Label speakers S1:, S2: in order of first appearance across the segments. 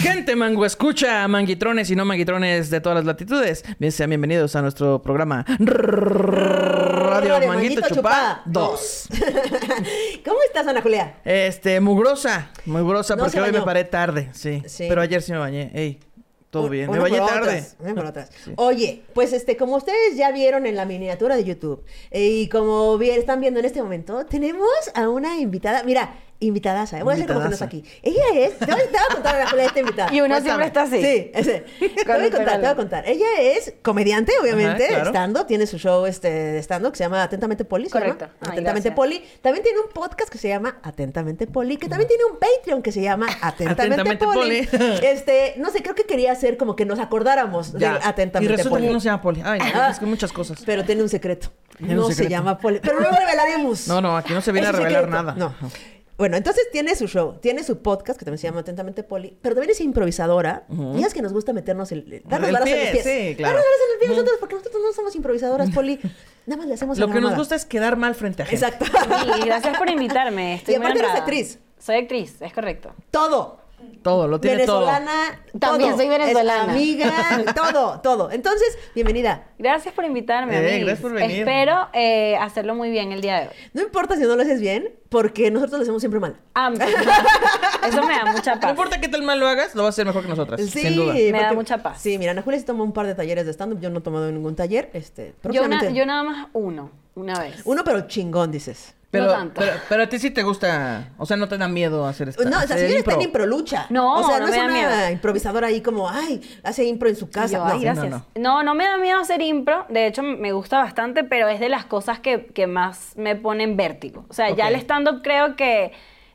S1: gente mango escucha, manguitrones y no manguitrones de todas las latitudes. Bien, sean bienvenidos a nuestro programa Radio Manguito
S2: Radio Manguito
S1: Chupá
S2: Chupá
S1: 2.
S2: ¿Cómo estás, Ana Julia?
S1: Este, mugrosa, mugrosa
S2: No
S1: porque
S2: se
S1: hoy me
S2: bañó.
S1: paré tarde, sí.
S2: Sí.
S1: Pero ayer sí me bañé, ey, todo
S2: Un-
S1: bien. Me
S2: unas
S1: bañé
S2: por
S1: tarde.
S2: otras, unas por otras.
S1: Sí.
S2: Oye, pues este, como ustedes ya vieron en la miniatura de YouTube eh, y como bien están viendo en este momento, tenemos a una invitada, mira, invitadaza, eh, voy a hacer como que no está aquí.
S1: Invitadaza.
S2: Ella es, te voy, te voy a contar Ana Julia esta invitada.
S3: Y uno
S1: Cuéntame.
S3: siempre está así.
S2: Sí, ese. te voy a
S3: Cuando
S2: contar, te voy a
S3: pega
S2: contar. Ella es comediante, obviamente,
S1: Ajá, claro.
S2: stand-up, tiene su show este, de stand-up que se llama Atentamente Poli. ¿se
S3: Correcto.
S2: llama?
S3: Ay,
S2: Atentamente
S3: gracias.
S2: Poli. También tiene un podcast que se llama Atentamente Poli, que también tiene un Patreon que se llama Atentamente,
S1: Atentamente
S2: Poli.
S1: Poli.
S2: Este, no sé, creo que quería hacer como que nos acordáramos
S1: Ya.
S2: del Atentamente
S1: Y resulta
S2: Poli.
S1: que no se llama Poli. Ay, no,
S2: Ah.
S1: es que muchas cosas.
S2: Pero tiene un secreto.
S1: Tiene un
S2: no se
S1: secreto.
S2: llama Poli. Pero no lo revelaremos.
S1: No, no, aquí no se viene
S2: Es
S1: a
S2: un
S1: revelar
S2: secreto.
S1: nada.
S2: No. Bueno, entonces tiene su show, tiene su podcast que también se llama Atentamente Poli, pero también es improvisadora. Y es que nos gusta meternos el. Darnos
S1: El
S2: varas en
S1: pie,
S2: los pies.
S1: sí, claro.
S2: Darnos varas en los pies nosotros, porque nosotros no somos improvisadoras, Poli. Nada más le hacemos a
S1: Lo
S2: la
S1: que nos
S2: mamada.
S1: gusta es quedar mal frente a gente.
S2: Exacto.
S3: Y gracias por invitarme. Estoy
S2: Y
S3: muy
S2: aparte eres
S3: honrada.
S2: actriz.
S3: Soy actriz, es correcto.
S2: Todo.
S1: Todo, lo tiene todo.
S2: venezolana, todo.
S3: También soy venezolana.
S2: Es amiga, todo, todo. Entonces, bienvenida.
S3: Gracias por invitarme.
S1: Eh,
S3: amiguis.
S1: gracias por venir.
S3: Espero eh, hacerlo muy bien el día de hoy.
S2: No importa si no lo haces bien, porque nosotros lo hacemos siempre mal.
S3: Am- Ah, Eso me da mucha
S1: No
S3: paz.
S1: importa qué tal mal lo hagas, lo vas a hacer mejor que nosotras.
S2: Sí,
S1: Sin duda.
S3: Me da
S2: porque-
S3: mucha paz.
S2: Sí, mira, Ana Julia sí tomó un par de talleres de stand-up. Yo no he tomado ningún taller. Este,
S3: Yo, na-
S2: próximamente.
S3: yo nada más uno, una vez.
S2: Uno, pero chingón, dices.
S1: Pero,
S3: No tanto.
S1: Pero, pero a ti sí te gusta, o sea, no te da miedo hacer esto.
S2: No, o sea, si yo está en improlucha.
S3: No,
S2: o sea, no, es
S3: no me da
S2: una
S3: miedo.
S2: improvisadora ahí como, ay, hace impro en su casa.
S3: yo,
S2: No.
S3: ay, gracias.
S1: Ah, no,
S3: No no. me da miedo hacer impro. De hecho, m- me gusta bastante, pero es de las cosas que, que más me ponen vértigo. O sea, ya
S1: Ok.
S3: el stand-up creo que,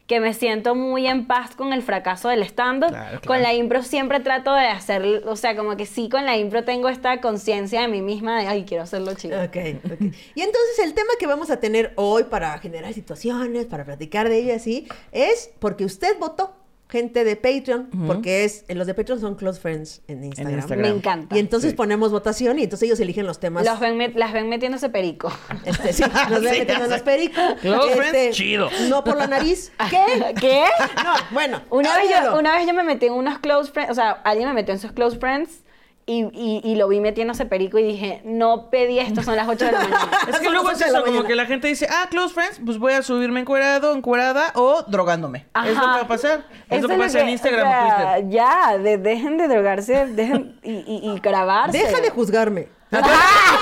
S3: que me siento muy en paz con el fracaso del stand-up.
S1: Claro, claro.
S3: Con la impro siempre trato de hacer, o sea, como que sí, con la impro tengo esta conciencia de mí misma de, ay, quiero hacerlo chido.
S1: Eh,
S2: Ok, ok. Y entonces el tema que vamos a tener hoy para generar situaciones, para platicar de ellas, sí, es porque usted votó, gente de Patreon, porque es, los de Patreon son close friends en Instagram.
S1: Instagram.
S3: Me encanta.
S2: Y entonces
S1: Sí.
S2: ponemos votación y entonces ellos eligen los temas.
S3: Los ven met- las ven metiéndose perico.
S2: Este, sí, nos ven
S1: Sí,
S2: metiendo
S1: ya
S2: en los
S1: sé.
S2: pericos.
S1: Close
S2: Este,
S1: friends, chido.
S2: No por la nariz. ¿Qué?
S3: ¿Qué?
S2: No, bueno.
S3: Una vez, yo,
S2: háblalo.
S3: una vez yo me metí en unos close friends, o sea, alguien me metió en sus close friends y, y- y lo vi metiéndose perico y dije, no pedí esto, son las 8 de la mañana.
S1: Es que
S2: Son
S1: luego
S2: las
S1: es
S2: ocho de la
S1: eso, como
S2: mañana.
S1: que la gente dice, ah, close friends, pues voy a subirme encuerado, encuerada o drogándome. Es lo que va a
S3: Ajá.
S1: pasar. Es
S3: Eso
S1: lo que pasa en Instagram
S3: o
S1: o
S3: sea,
S1: Twitter.
S3: Ya, de- dejen de drogarse dejen, y, y, y grabarse.
S2: Deja de juzgarme.
S3: ¡Ah!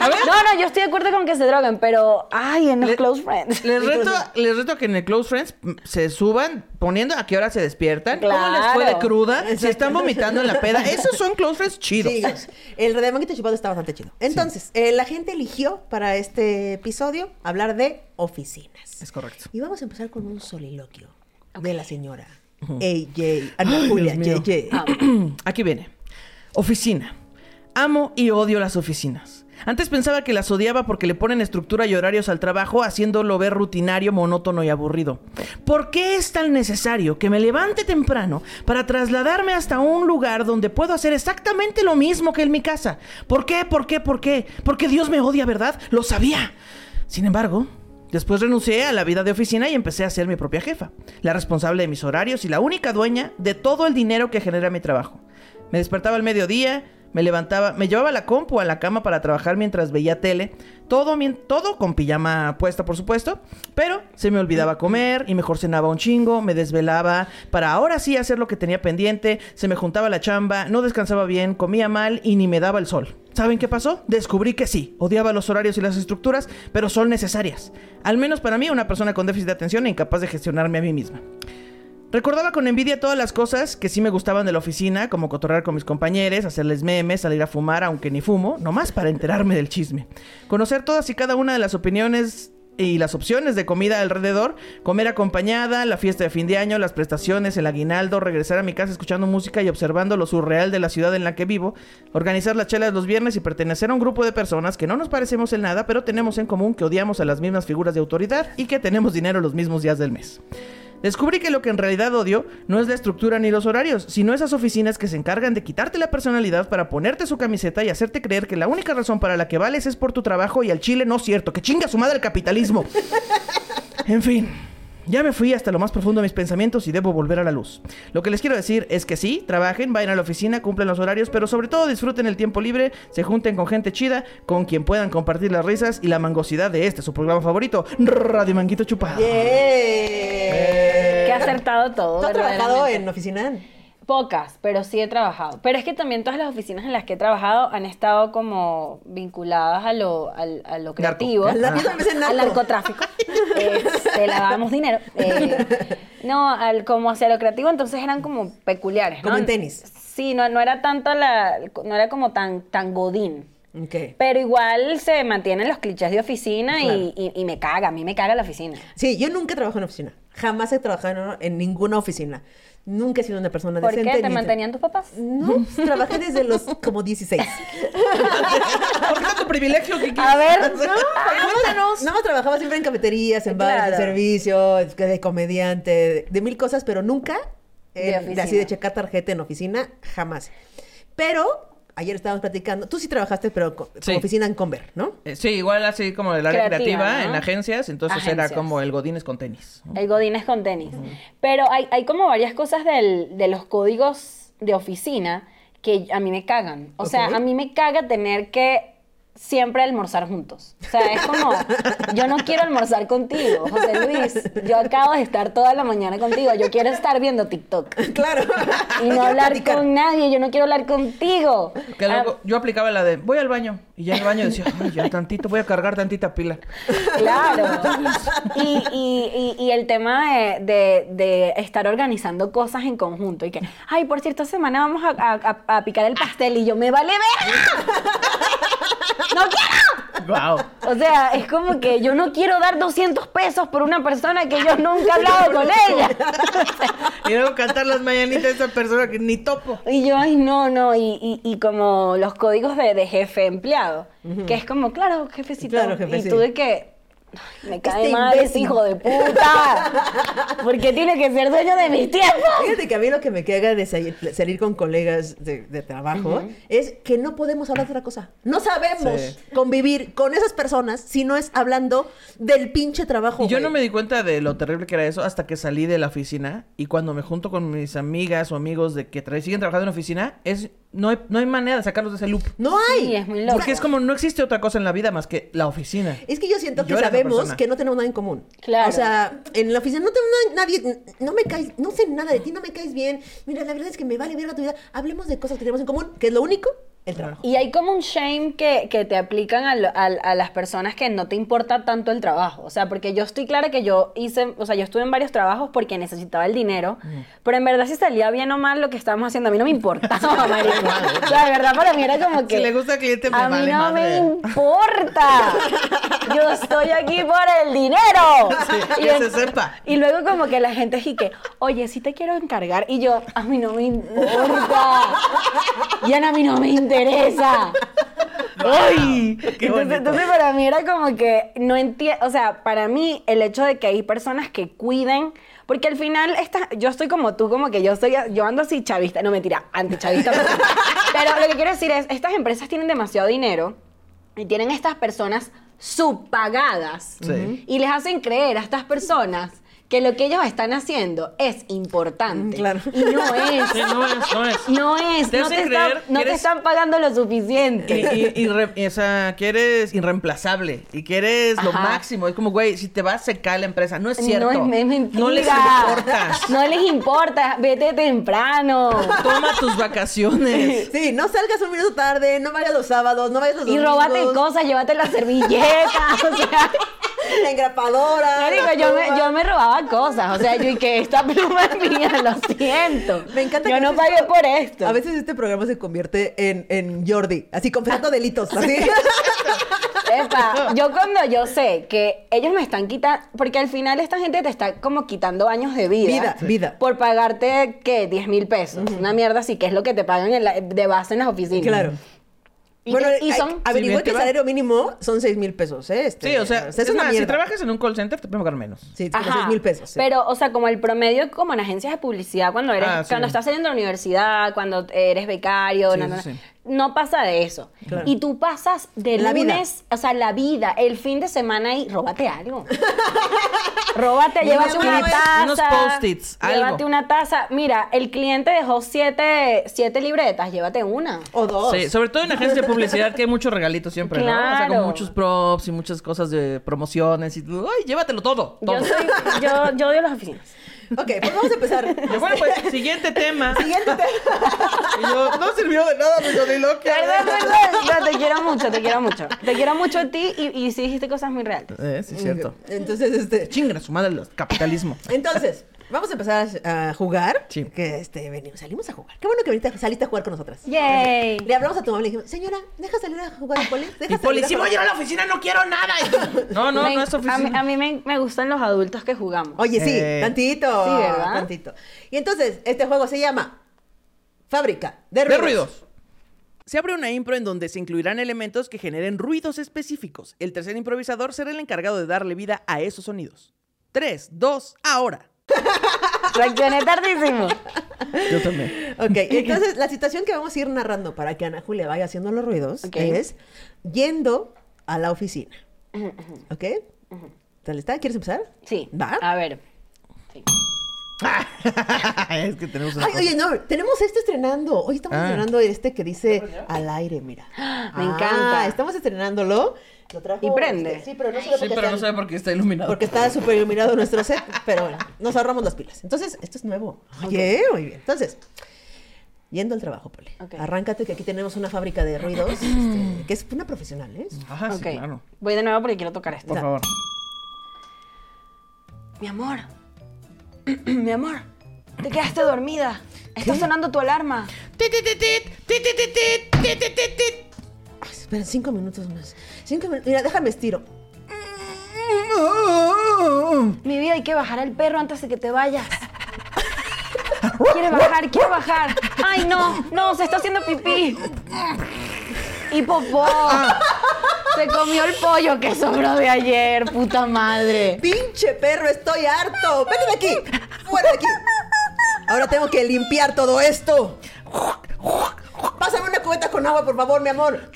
S3: No, no, yo estoy de acuerdo con que se droguen, pero, ay, en los close friends.
S1: Les reto, les reto que en el Close Friends mm, se suban poniendo a qué hora se despiertan, cómo les fue de
S3: Claro.
S1: cruda, si están vomitando en la peda. Esos son Close Friends chidos.
S2: Sí, el de Manguito Chupado está bastante chido. Entonces, eh, la gente eligió para este episodio hablar de oficinas.
S1: Es correcto.
S2: Y vamos a empezar con un soliloquio de la señora AJ, Ana Julia,
S1: Dios mío.
S3: Ah.
S2: JJ.
S1: Aquí viene. Oficina. Amo y odio las oficinas. Antes pensaba que las odiaba porque le ponen estructura y horarios al trabajo, haciéndolo ver rutinario, monótono y aburrido. ¿Por qué es tan necesario que me levante temprano para trasladarme hasta un lugar donde puedo hacer exactamente lo mismo que en mi casa? ¿Por qué? ¿Por qué? ¿Por qué? Porque Dios me odia, ¿verdad? Lo sabía. Sin embargo, después renuncié a la vida de oficina y empecé a ser mi propia jefa, la responsable de mis horarios y la única dueña de todo el dinero que genera mi trabajo. Me despertaba al mediodía, me levantaba, me llevaba la compu a la cama para trabajar mientras veía tele, todo, mien- todo con pijama puesta por supuesto, pero se me olvidaba comer y mejor cenaba un chingo, me desvelaba para ahora sí hacer lo que tenía pendiente, se me juntaba la chamba, no descansaba bien, comía mal y ni me daba el sol. ¿Saben qué pasó? Descubrí que sí, odiaba los horarios y las estructuras, pero son necesarias. Al menos para mí, una persona con déficit de atención e incapaz de gestionarme a mí misma. Recordaba con envidia todas las cosas que sí me gustaban de la oficina, como cotorrear con mis compañeros, hacerles memes, salir a fumar, aunque ni fumo, nomás para enterarme del chisme. Conocer todas y cada una de las opiniones y las opciones de comida alrededor, comer acompañada, la fiesta de fin de año, las prestaciones, el aguinaldo, regresar a mi casa escuchando música y observando lo surreal de la ciudad en la que vivo, organizar las chelas los viernes y pertenecer a un grupo de personas que no nos parecemos en nada, pero tenemos en común que odiamos a las mismas figuras de autoridad y que tenemos dinero los mismos días del mes. Descubrí que lo que en realidad odio no es la estructura ni los horarios, sino esas oficinas que se encargan de quitarte la personalidad para ponerte su camiseta y hacerte creer que la única razón para la que vales es por tu trabajo y al chile no es cierto, que chinga su madre el capitalismo. En fin, Ya me fui hasta lo más profundo de mis pensamientos y debo volver a la luz. Lo que les quiero decir es que sí, trabajen, vayan a la oficina, cumplen los horarios, pero sobre todo disfruten el tiempo libre, se junten con gente chida, con quien puedan compartir las risas y la mangosidad de este, su programa favorito, Radio Manguito Chupado.
S2: ¡Yay!
S3: Que ha acertado todo.
S2: ¿Tú has trabajado
S3: verdaderamente.
S2: en oficina?
S3: Pocas, pero sí he trabajado. Pero es que también todas las oficinas en las que he trabajado han estado como vinculadas a lo, al- a lo creativo.
S1: Al-
S2: yo también pensé en
S3: Al
S2: narco.
S3: narcotráfico. Eh, te lavamos dinero. Eh, no, al, como hacia lo creativo, entonces eran como peculiares. ¿no?
S2: Como en tenis.
S3: Sí, no, no era tanto la. No era como tan, tan godín.
S2: Ok.
S3: Pero igual se mantienen los clichés de oficina y-
S2: Claro.
S3: y, y me caga, a mí me caga la oficina.
S2: Sí, yo nunca he trabajado en oficina. Jamás he trabajado en, en ninguna oficina. Nunca he sido una persona
S3: ¿Por
S2: decente.
S3: qué? ¿Te
S2: ni-
S3: mantenían tus papás?
S2: No, pues, trabajé desde los como 16.
S1: Porque tanto privilegio que
S3: A ver,
S2: No,
S3: cuéntanos.
S2: Nada más trabajaba siempre en cafeterías, en bares,
S3: Claro.
S2: en servicio, de comediante, de, de mil cosas, pero nunca
S3: De
S2: en-
S3: oficina.
S2: así de checar tarjeta en oficina, jamás. Pero ayer estábamos platicando, tú sí trabajaste, pero co- como
S1: Sí.
S2: oficina en Conver, ¿no?
S1: Eh, Sí, igual así como el área
S3: Creativa,
S1: creativa,
S3: ¿no?
S1: en agencias, entonces era
S3: Agencias.
S1: como el Godines con tenis. ¿no?
S3: El Godín es con tenis. Pero hay, hay como varias cosas del- de los códigos de oficina que a mí me cagan. O sea,
S2: Ok.
S3: a mí me caga tener que siempre almorzar juntos. O sea, es como, yo no quiero almorzar contigo, José Luis. Yo acabo de estar toda la mañana contigo. Yo quiero estar viendo TikTok.
S2: Claro.
S3: Y no,
S2: quiero
S3: hablar
S2: platicar.
S3: con nadie, yo no quiero hablar contigo.
S1: Que
S3: Ah,
S1: luego yo aplicaba la de voy al baño y ya en el baño decía, "Ay, ya tantito, voy a cargar tantita pila.
S3: Claro. Y, y- y- y el tema de, de- de estar organizando cosas en conjunto y que, ay, por cierto, esta semana vamos a, a- a- a picar el pastel y yo me vale ver. ¡No quiero!
S1: Wow.
S3: O sea, es como que yo no quiero dar 200 pesos por una persona que yo nunca he hablado con ella.
S1: Y luego cantar las mañanitas a esa persona que ni topo.
S3: Y yo, ay, no, no, y, y- y como los códigos de, de jefe empleado, que es como, claro, jefecito,
S2: Claro,
S3: y
S2: jefecito.
S3: tú de que, "Ay, me cae
S2: Este
S3: mal ese
S2: imbécil.
S3: hijo de puta, porque tiene que ser dueño de mis tiempos.
S2: Fíjate que a mí lo que me caga de salir, salir con colegas de, de trabajo es que no podemos hablar de otra cosa. No sabemos
S1: Sí.
S2: convivir con esas personas si no es hablando del pinche trabajo.
S1: Y yo
S2: güey.
S1: no me di cuenta de lo terrible que era eso hasta que salí de la oficina y cuando me junto con mis amigas o amigos de que tra- siguen trabajando en oficina, es no hay, no hay manera de sacarlos de ese loop.
S2: No hay.
S3: Sí, es muy loco.
S1: Porque es como no existe otra cosa en la vida más que la oficina.
S2: Es que yo siento que
S1: Yo era esa
S2: sabemos
S1: persona.
S2: que no tenemos nada en común.
S3: Claro.
S2: O sea, en la oficina no tengo na- nadie, no me caes, no sé nada de ti, no me caes bien. Mira, la verdad es que me vale verga tu vida. Hablemos de cosas que tenemos en común, que es lo único, el trabajo.
S3: Y hay como un shame que, que te aplican a, lo- a- a las personas que no te importa tanto el trabajo. O sea, porque yo estoy clara que yo hice, o sea, yo estuve en varios trabajos porque necesitaba el dinero, pero en verdad si salía bien o mal lo que estábamos haciendo, a mí no me importaba, marico. O sea, de verdad para mí era como que...
S1: Si le gusta al cliente, me
S3: A mí
S1: vale
S3: no me
S1: madre.
S3: importa. Yo estoy aquí por el dinero.
S1: Sí, que se sepa.
S3: Y luego como que la gente es que, oye, sí te quiero encargar. Y yo, a mí no me importa. Y a mí no me interesa. ¡Ay!
S1: Qué bonito.
S3: entonces, entonces para mí era como que no entiendo, o sea, para mí el hecho de que hay personas que cuiden, porque al final esta, yo estoy como tú, como que yo estoy, yo ando así chavista, no mentira, antichavista. pero- pero lo que quiero decir es, estas empresas tienen demasiado dinero y tienen estas personas subpagadas
S1: Sí.
S3: y les hacen creer a estas personas que lo que ellos están haciendo es importante
S2: Mm, claro.
S3: y no es.
S1: Sí, no es, no es.
S3: No es,
S1: Te
S3: no,
S1: hacen
S3: te están,
S1: creer que
S3: no te
S1: eres-
S3: están pagando lo
S1: Y,
S3: suficiente.
S1: y- y re- y, o sea, que eres irreemplazable y que eres lo
S3: Ajá.
S1: máximo. Es como, güey, si te vas, se cae la empresa. No es cierto.
S3: No, es- es mentira.
S1: No les importas.
S3: No les importa. Vete temprano.
S1: Toma tus vacaciones.
S2: Sí, no salgas un minuto tarde, no vayas los sábados, no vayas los
S3: Y
S2: domingos.
S3: robate cosas, llévate la servilleta. O sea,
S2: La engrapadora.
S3: yo, digo,
S2: la
S3: yo, me,
S2: pluma.
S3: yo me robaba cosas. O sea, yo y que esta pluma es mía, lo siento.
S2: Me encanta
S3: Yo
S2: que
S3: no
S2: haces
S3: pagué
S2: esto.
S3: por esto.
S2: A veces este programa se convierte en, en Jordi, así confesando delitos, así.
S3: Epa, yo cuando yo sé que ellos me están quitando, porque al final esta gente te está como quitando años de vida.
S2: Vida, Sí. vida.
S3: Por pagarte, ¿qué? 10 mil pesos. Una mierda así, que es lo que te pagan en la- de base en las oficinas.
S2: claro.
S3: Y,
S2: bueno,
S3: y son...
S2: averigüé
S1: Sí,
S2: que el
S1: va.
S2: salario mínimo son 6 mil pesos, ¿eh? Este,
S1: Sí, o sea,
S2: es una
S1: más, si
S2: mierda.
S1: trabajas en un call center, te pueden pagar menos.
S2: Sí, como
S3: Ajá.
S2: 6 mil pesos. sí.
S3: Pero, o sea, como el promedio, como en agencias de publicidad, cuando eres,
S1: Ah, sí.
S3: cuando estás saliendo de la universidad, cuando eres becario,
S1: Sí,
S3: na, na, na,
S1: sí, sí.
S3: no pasa de eso.
S2: Claro.
S3: Y tú pasas de
S2: La vida.
S3: lunes, o sea, la vida, el fin de semana y róbate algo. Róbate,
S1: Y
S3: llévate
S1: unos
S3: una
S1: clips,
S3: taza.
S1: unos post-its, algo.
S3: Llévate una taza. Mira, el cliente dejó siete, siete libretas, llévate una.
S2: O dos.
S1: Sí, sobre todo en agencias de publicidad que hay muchos regalitos siempre, ¿no? O sea,
S3: Claro.
S1: con muchos props y muchas cosas de promociones y ¡ay, llévatelo todo! todo.
S3: Yo, soy, yo, yo odio las oficinas.
S2: Ok, pues vamos a empezar.
S1: Y bueno, pues, siguiente tema.
S2: Siguiente tema.
S1: Y yo, no sirvió de nada, pero ni lo que...
S3: Perdón, perdón. No, te quiero mucho, te quiero mucho. Te quiero mucho a ti y, y sí dijiste cosas muy reales.
S1: Eh, sí, cierto.
S2: Entonces, este.
S1: Chingan a su madre el capitalismo.
S2: Entonces, vamos a empezar a jugar.
S1: Sí.
S2: Que este, venimos, salimos a jugar. Qué bueno que ahorita saliste a jugar con nosotras.
S3: Yay.
S2: Le hablamos a tu mamá y le dijimos, señora, deja salir a jugar al poli. Deja
S1: Y Poli,
S2: salir
S1: si
S2: a
S1: voy a ir
S2: jugar".
S1: a la oficina, no quiero nada. Y tú, No, no,
S3: Me-
S1: no es
S3: A mí,
S1: oficina.
S3: a mí me, me gustan los adultos que jugamos.
S2: Oye, sí,
S1: Eh.
S2: tantito.
S3: Sí, ¿verdad?
S2: Tantito. Y entonces, este juego se llama Fábrica de
S1: De
S2: Ruidos.
S1: ruidos. Se abre una impro en donde se incluirán elementos que generen ruidos específicos. El tercer improvisador será el encargado de darle vida a esos sonidos. Tres, dos, ahora.
S3: Reaccioné tardísimo.
S1: Yo también.
S2: Ok, entonces la situación que vamos a ir narrando para que Ana Julia vaya haciendo los ruidos
S3: Ok.
S2: es yendo a la oficina. ¿Ok? ¿Está lista? ¿Quieres empezar?
S3: Sí.
S2: ¿Va?
S3: A ver. Sí.
S1: es que tenemos
S3: Pues
S1: una
S2: Ay,
S1: cosa.
S2: oye, no, tenemos este estrenando. Hoy estamos
S1: Ah.
S2: estrenando este que dice al aire, mira. Ah,
S3: Me encanta.
S2: Estamos estrenándolo. Lo trajo
S3: Y prende.
S2: este, Sí, pero no sé por
S1: Sí,
S2: qué
S1: pero
S2: sea-
S1: no sabe por qué está iluminado.
S2: Porque está súper iluminado nuestro set, pero bueno, nos ahorramos las pilas. Entonces, esto es nuevo. Oye, muy bien. Entonces, yendo al trabajo, Poli.
S3: Ok.
S2: Arráncate que aquí tenemos una fábrica de ruidos, este, que es una profesional, ¿eh?
S1: Ajá, sí,
S3: Ok.
S1: claro.
S3: Voy de nuevo porque quiero tocar esto.
S1: Por favor.
S3: Mi amor. Mi amor. Te quedaste dormida. Está sonando tu alarma.
S1: Tit, tit, tit, tit, tit, tit, tit, tit, tit, tit.
S2: Ay, espera, cinco minutos más. Cinco minutos. Mira, déjame estiro.
S3: Mi vida, hay que bajar al perro antes de que te vayas. Quiere bajar, quiere bajar. Ay, no, no, se está haciendo pipí. Y popó. Se comió el pollo que sobró de ayer, puta madre.
S2: ¡Pinche perro, estoy harto! ¡Vete de aquí! ¡Fuera de aquí! Ahora tengo que limpiar todo esto. Pásame una cubeta con agua, por favor, mi amor.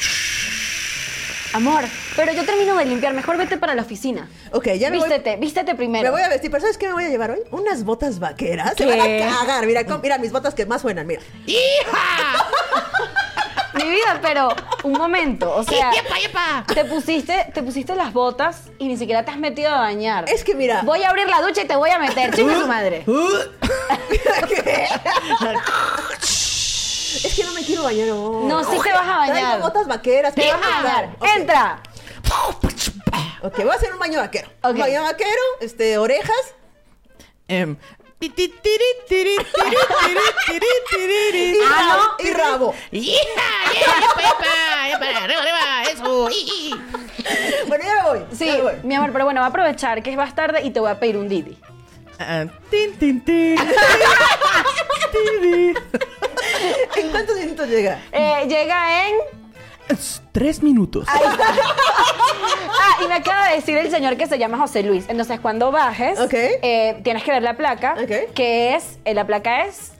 S3: Amor, pero yo termino de limpiar. Mejor vete para la oficina.
S2: Ok, ya me voy.
S3: Vístete, vístete
S2: Me
S3: primero.
S2: voy a vestir, pero ¿sabes qué me voy a llevar hoy? Unas botas vaqueras. Se
S3: ¿Qué?
S2: van a cagar. Mira, com- mira, mis botas que más suenan, mira.
S3: Mi vida, pero un momento. O sea, Te, pusiste, te pusiste las botas y ni siquiera te has metido a bañar.
S2: Es que mira.
S3: Voy a abrir la ducha y te voy a meter. Chinga tu madre.
S2: ¿Qué? es que no me quiero bañar hoy.
S3: No, sí te vas a bañar.
S2: Traigo botas vaqueras.
S3: Te
S2: me
S3: vas
S2: voy
S3: a bañar.
S2: Ok,
S3: Entra.
S2: Ok, voy a hacer un baño vaquero.
S3: Ok.
S2: Un baño vaquero, este, orejas.
S1: Em, ti, ti, tiri, tiri, tiri, tiri, tiri, tiri,
S2: Y,
S1: tiri.
S3: Ah,
S2: rabo, y rabo.
S1: ¡Hija! ¡Epa, epa! ¡Epa! ¡Arriba, arriba! ¡Eso! ¡Y, y!
S2: Bueno, ya me voy.
S3: Sí,
S2: ya me voy.
S3: mi amor, pero bueno, va a aprovechar que es más tarde y te voy a pedir un Didi.
S1: Ah, tin, tin, tin. Tiri.
S2: ¿En cuántos minutos llega?
S3: Eh, llega en.
S1: Es Tres minutos.
S3: Ah, y me acaba de decir el señor que se llama José Luis. Entonces, cuando bajes,
S2: Ok.
S3: eh, tienes que ver la placa.
S2: Ok.
S3: Que es. eh, la placa es.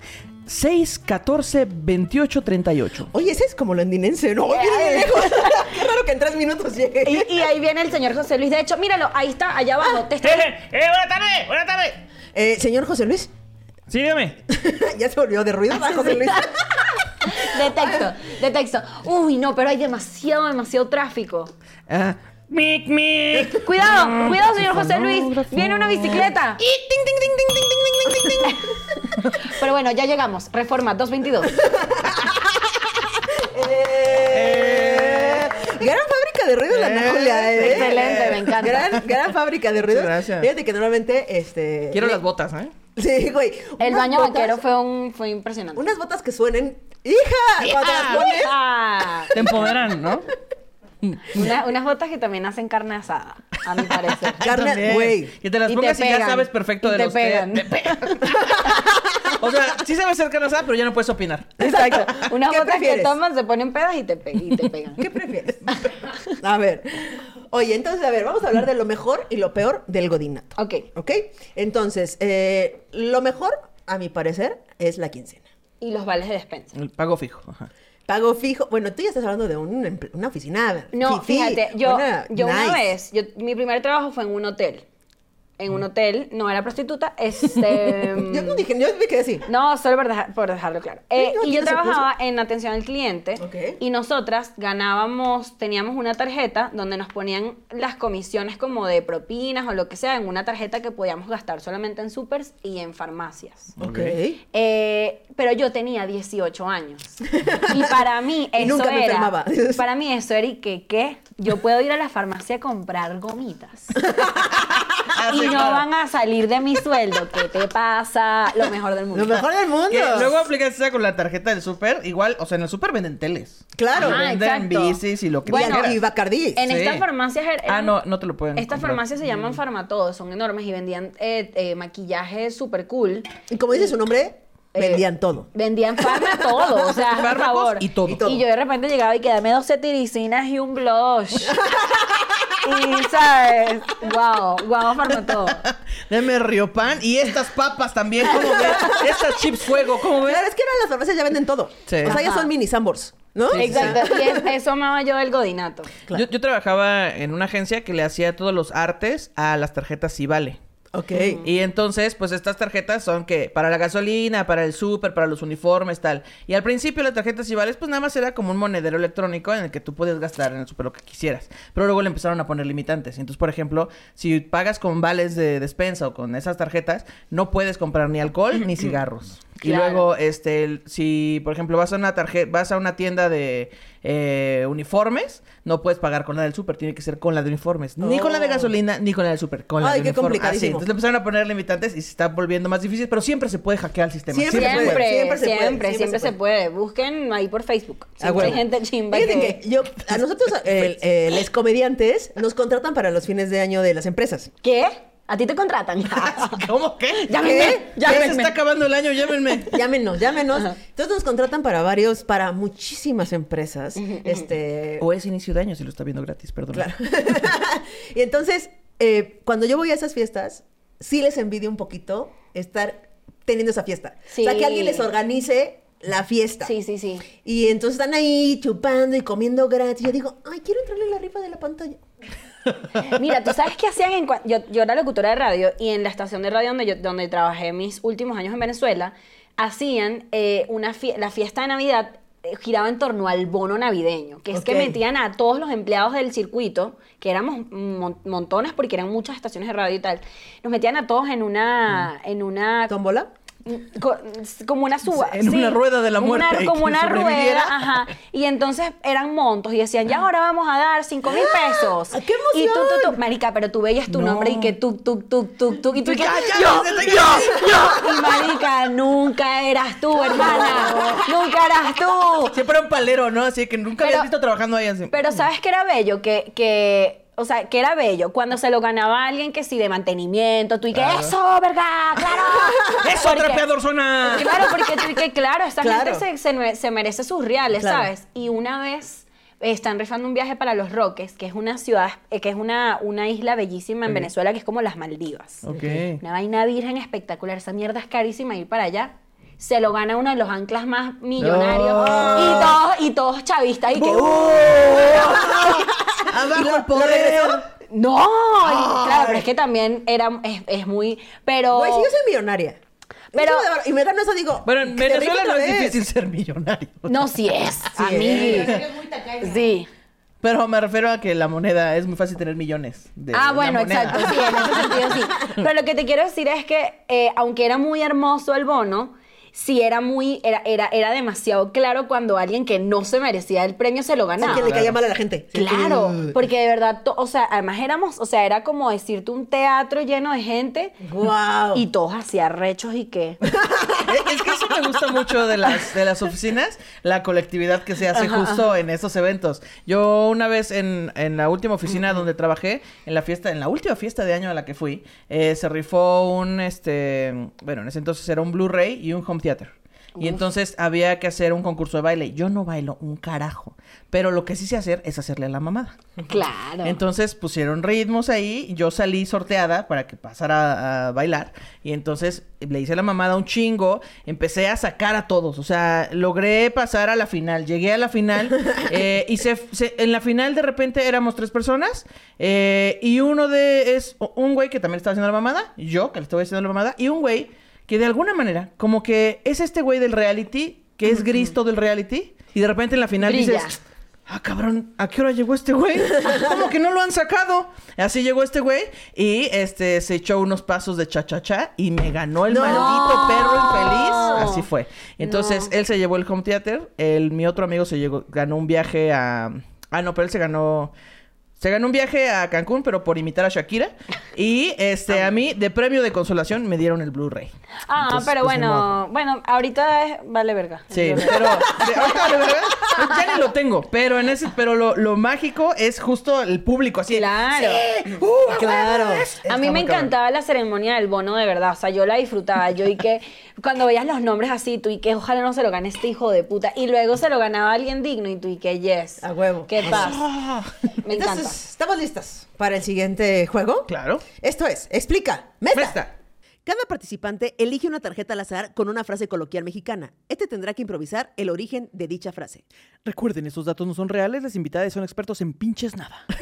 S1: 6, 14, 28, 38.
S2: Oye, ese es como londinense, ¿no? Oye,
S3: Eh,
S2: viene de
S3: eh.
S2: lejos. Qué raro que en tres minutos llegue.
S3: Y, y ahí viene el señor José Luis. De hecho, míralo, ahí está, allá abajo. te está-
S1: ¡Eh, buena tarde! ¡Buena tarde!
S2: Eh, señor José Luis.
S1: Sígueme.
S2: ya se volvió de ruido, ¿verdad, José Luis.
S3: De texto, de texto. Uy, no, pero hay demasiado, demasiado tráfico.
S1: Ah, mic, mic. Mm.
S3: Cuidado, cuidado, señor José Luis. Viene una bicicleta.
S1: Y ting, ting, ting, ting, ting, ting, ting, ting, ting.
S3: Pero bueno, ya llegamos. Reforma 222.
S2: Eh, Gran fábrica de ruido la Ana Julia, ¿eh?
S3: Excelente, me encanta.
S2: Gran, gran fábrica de ruido.
S1: Gracias.
S2: Fíjate que normalmente, este...
S1: Quiero las botas, ¿eh?
S2: Sí, güey.
S3: El
S2: unas
S3: baño
S2: botas-
S3: vaquero fue un fue impresionante.
S2: Unas botas que suenen... ¡Hija! Cuando te las pones...
S3: Ah,
S1: Te empoderan, ¿no?
S3: una- unas botas que también hacen carne asada, a mi parecer.
S2: Carne,
S1: También.
S2: güey.
S1: Que te las
S3: Y te
S1: pongas y, ya
S3: pegan.
S1: sabes perfecto
S3: Y
S1: de
S3: te
S1: los que-
S3: pegan.
S1: te pegan. o sea, sí sabes hacer carne asada, pero ya no puedes opinar.
S3: Exacto. Unas
S2: ¿Qué
S3: botas
S2: prefieres?
S3: que toman, se ponen pedas y te, pe- y te pegan.
S2: ¿Qué prefieres? A ver. Oye, entonces, a ver, vamos a hablar de lo mejor y lo peor del godinato.
S3: Ok.
S2: ¿Ok? Entonces, eh, lo mejor, a mi parecer, es la quincena.
S3: Y los vales de despensa.
S1: El pago fijo. Ajá.
S2: Pago fijo. Bueno, tú ya estás hablando de un emple- una oficina.
S3: No,
S2: fifí,
S3: fíjate, yo, yo una
S2: nice.
S3: vez, yo- mi primer trabajo fue en un hotel. en un hotel, no era prostituta, este...
S2: Mm. Yo no dije, yo me quedé así.
S3: No, solo por, deja- por dejarlo claro. Eh,
S2: no,
S3: y yo
S2: tiene su
S3: trabajaba en atención al cliente
S2: Ok.
S3: y nosotras ganábamos, teníamos una tarjeta donde nos ponían las comisiones como de propinas o lo que sea en una tarjeta que podíamos gastar solamente en supers y en farmacias.
S2: Ok.
S3: Eh, pero yo tenía 18 años. Y para mí
S2: Y
S3: eso
S2: nunca me
S3: era.
S2: enfermaba.
S3: Para mí eso era y que, ¿qué? Yo puedo ir a la farmacia a comprar gomitas.
S2: Ah,
S3: y no van a salir de mi sueldo. ¿Qué te pasa? Lo mejor del mundo.
S2: Lo mejor del mundo.
S1: Que luego aplicas esa con la tarjeta del súper, igual, o sea, en el súper venden teles.
S2: Claro.
S3: Ajá,
S1: venden
S3: Ah, exacto.
S1: bicis y lo que
S3: Bueno,
S1: quieras.
S2: y Bacardí.
S3: En
S1: Sí.
S3: estas farmacias. er-
S1: Ah,
S3: eran-
S1: no, no te lo pueden
S3: Estas
S1: comprar.
S3: farmacias se llaman Farmatodo, son enormes y vendían eh, eh, maquillaje súper cool.
S2: Y como dice su nombre,
S3: Eh,
S2: vendían todo.
S3: Vendían farma todo, o sea, por
S1: Fármacos
S3: favor.
S1: y todo. Y
S2: todo.
S3: yo de repente llegaba y quedame dos cetiricinas y un blush. y, ¿sabes? Wow, wow, farma todo.
S1: Deme riopan y estas papas también, ¿cómo ves? Estas chips fuego, ¿cómo ves?
S2: Claro, es que ahora las farmacias ya venden todo.
S1: Sí.
S2: O sea, ya
S3: pues, Ajá.
S2: son mini Sambors, ¿no?
S3: Exacto, y es- eso amaba yo del godinato.
S2: Claro.
S1: Yo, yo trabajaba en una agencia que le hacía todos los artes a las tarjetas Cibale.
S2: Ok.
S1: Y entonces, pues estas tarjetas son que para la gasolina, para el súper, para los uniformes, tal. Y al principio las tarjetas Cibales, pues nada más era como un monedero electrónico en el que tú podías gastar en el súper lo que quisieras. Pero luego le empezaron a poner limitantes. Entonces, por ejemplo, si pagas con vales de despensa o con esas tarjetas, no puedes comprar ni alcohol ni cigarros. Y
S3: Claro.
S1: luego, este, el- si por ejemplo vas a una tarjeta, vas a una tienda de eh, uniformes, no puedes pagar con la del súper, tiene que ser con la de uniformes, ni con la de
S2: Oh.
S1: gasolina, ni con la del súper, con la
S2: Ay,
S1: de
S2: qué
S1: uniforme.
S2: complicadísimo.
S1: Así, entonces le empezaron a poner limitantes y se está volviendo más difícil, pero siempre se puede hackear el sistema.
S2: Siempre
S3: Siempre,
S2: se puede, siempre
S3: siempre, siempre,
S2: se puede, siempre se
S3: se puede. Busquen ahí por Facebook.
S1: Ah,
S3: Siempre hay
S1: bueno.
S3: gente chimba
S2: Fíjate
S3: que-
S2: que yo, a nosotros, eh, eh, los comediantes, nos contratan para los fines de año de las empresas.
S3: ¿Qué? ¿A ti te contratan?
S1: ¿Cómo qué?
S3: Llámenme,
S1: Ya se
S3: llámenme.
S1: está acabando el año, llámenme.
S2: Llámenos, llámenos. Entonces nos contratan para varios, para muchísimas empresas. Este.
S1: O es inicio de año si lo está viendo gratis, perdón.
S2: Claro. y entonces, eh, cuando yo voy a esas fiestas, sí les envidio un poquito estar teniendo esa fiesta. O sea,
S3: Sí.
S2: que alguien les organice la fiesta.
S3: Sí, sí, sí.
S2: Y entonces están ahí chupando y comiendo gratis. Yo digo, ay, quiero entrarle a la rifa de la pantalla.
S3: Mira, tú sabes qué hacían en cua- yo, yo era locutora de radio y en la estación de radio donde yo donde trabajé mis últimos años en Venezuela hacían eh, una fie- la fiesta de Navidad eh, giraba en torno al bono navideño, que es
S2: Ok.
S3: que metían a todos los empleados del circuito, que éramos mon- montones porque eran muchas estaciones de radio y tal. Nos metían a todos en una en una
S2: ¿Tómbola?
S3: Co- como una suba.
S1: En una rueda de la
S3: como una-
S1: muerte,
S3: como
S1: quien
S3: una rueda,
S1: sobreviviera.
S3: ajá. Y entonces eran montos y decían, ya ahora vamos a dar cinco mil pesos.
S2: ¡Ah! ¡Qué
S3: Y tú, tú,
S2: emoción!
S3: tú, marica, pero tú veías tu
S1: No.
S3: nombre y que tú, tú, tú, tú, tú. Y tú, y que,
S1: Ya, ya,
S3: yo,
S1: desde que-
S3: yo, yo. Y marica, nunca eras tú, hermana. Nunca eras tú.
S1: Siempre era un palero, ¿no? Así que nunca habías
S3: Pero-
S1: visto trabajando ahí así.
S3: Pero ¿sabes qué era bello? Que, que, o sea, que era bello cuando se lo ganaba alguien que sí de mantenimiento, tú y que eso, ¿verdad? ¡Claro!
S1: ¡Eso,
S3: Porque-
S1: trapeador zona!
S3: Claro, porque tú y que claro, esta
S2: Claro.
S3: gente se, se me- se merece sus reales,
S2: Claro.
S3: ¿sabes? Y una vez eh, están rifando un viaje para Los Roques, que es una ciudad, eh, que es una, una isla bellísima en
S1: Ok.
S3: Venezuela, que es como las Maldivas.
S1: Ok.
S3: Una vaina virgen espectacular. Esa mierda es carísima ir para allá. Se lo gana uno de los anclas más millonarios.
S1: No.
S3: Y todos, y todos chavistas. Y que, "Uh,
S1: ¡Oh! ¡Abajo el poder!
S3: no, Y claro, pero es que también era, es, es muy, pero...
S2: Güey, si yo soy millonaria.
S3: Oh. Pero-
S2: Mucho de valor. y me gano eso, digo.
S1: Bueno, en
S2: que te
S1: Venezuela
S2: rifen
S1: no
S2: otra
S1: es
S2: vez.
S1: difícil ser millonario.
S3: No, sí es, a
S2: es.
S3: mí. Sí.
S1: Pero me refiero a que la moneda es muy fácil tener millones. de
S3: Ah,
S1: la
S3: bueno,
S1: moneda.
S3: exacto, sí, en ese sentido sí. Pero lo que te quiero decir es que, eh, aunque era muy hermoso el bono, sí era muy, era, era, era demasiado claro cuando alguien que no se merecía el premio se lo
S2: O sea,
S3: ganaba.
S2: que le
S1: Claro.
S2: caía mal a la gente.
S3: Claro,
S2: Mm.
S3: porque de verdad, to- o sea, además éramos, o sea, era como decirte un teatro lleno de gente
S2: Guau.
S3: y todos hacían rechos y qué.
S1: Es que eso me gusta mucho de las, de las oficinas, la colectividad que se hace justo en esos eventos. Yo una vez en, en la última oficina donde trabajé, en la fiesta, en la última fiesta de año a la que fui, eh, se rifó un, este, bueno, en ese entonces era un Blu-ray y un home theater.
S4: Y entonces había que hacer un concurso de baile. Yo no bailo un carajo, pero lo que sí sé hacer es hacerle la mamada.
S3: Claro.
S4: Entonces pusieron ritmos ahí, yo salí sorteada para que pasara a, a bailar y entonces le hice la mamada un chingo, empecé a sacar a todos, o sea, logré pasar a la final, llegué a la final eh, y se, se- en la final de repente éramos tres personas eh, y uno de es un güey que también le estaba haciendo la mamada, yo que le estaba haciendo la mamada y un güey que de alguna manera como que es este güey del reality, que es gris todo el reality y de repente en la final
S3: Brilla.
S4: dices... Ah, cabrón, ¿a qué hora llegó este güey? ¿Cómo que no lo han sacado? Así llegó este güey y este se echó unos pasos de cha-cha-cha y me ganó el
S2: ¡No!
S4: maldito perro infeliz. Así fue. Entonces, él se llevó el home theater, el, mi otro amigo se llegó, ganó un viaje a. Ah, no, pero él se ganó. Se ganó un viaje a Cancún, pero por imitar a Shakira. Y este, a mí, de premio de consolación, me dieron el Blu-ray.
S3: Ah,
S4: Entonces,
S3: pero
S4: pues, ni modo.
S3: bueno, bueno, ahorita es- vale verga.
S4: Sí, pero de- ahorita, de verdad, ya ni lo tengo, pero en ese, pero lo, lo mágico es justo el público así.
S3: Claro.
S2: Claro.
S3: A mí
S4: Está
S3: me
S4: muy cabrón.
S3: encantaba la ceremonia del bono de verdad, o sea, yo la disfrutaba, yo y que cuando veías los nombres así, tú y que ojalá no se lo gane este hijo de puta, y luego se lo ganaba alguien digno y tú y que yes.
S2: A huevo.
S3: ¿Qué
S2: Eso.
S3: pasa?
S4: Ah,
S3: Me
S2: Entonces,
S3: encanta.
S2: ¿estamos listas para el siguiente juego?
S4: Claro.
S2: Esto es, explica, meta.
S4: Mesta.
S2: Cada participante elige una tarjeta al azar con una frase coloquial mexicana. Este tendrá que improvisar el origen de dicha frase.
S1: Recuerden, estos datos no son reales, las invitadas son expertos en pinches nada.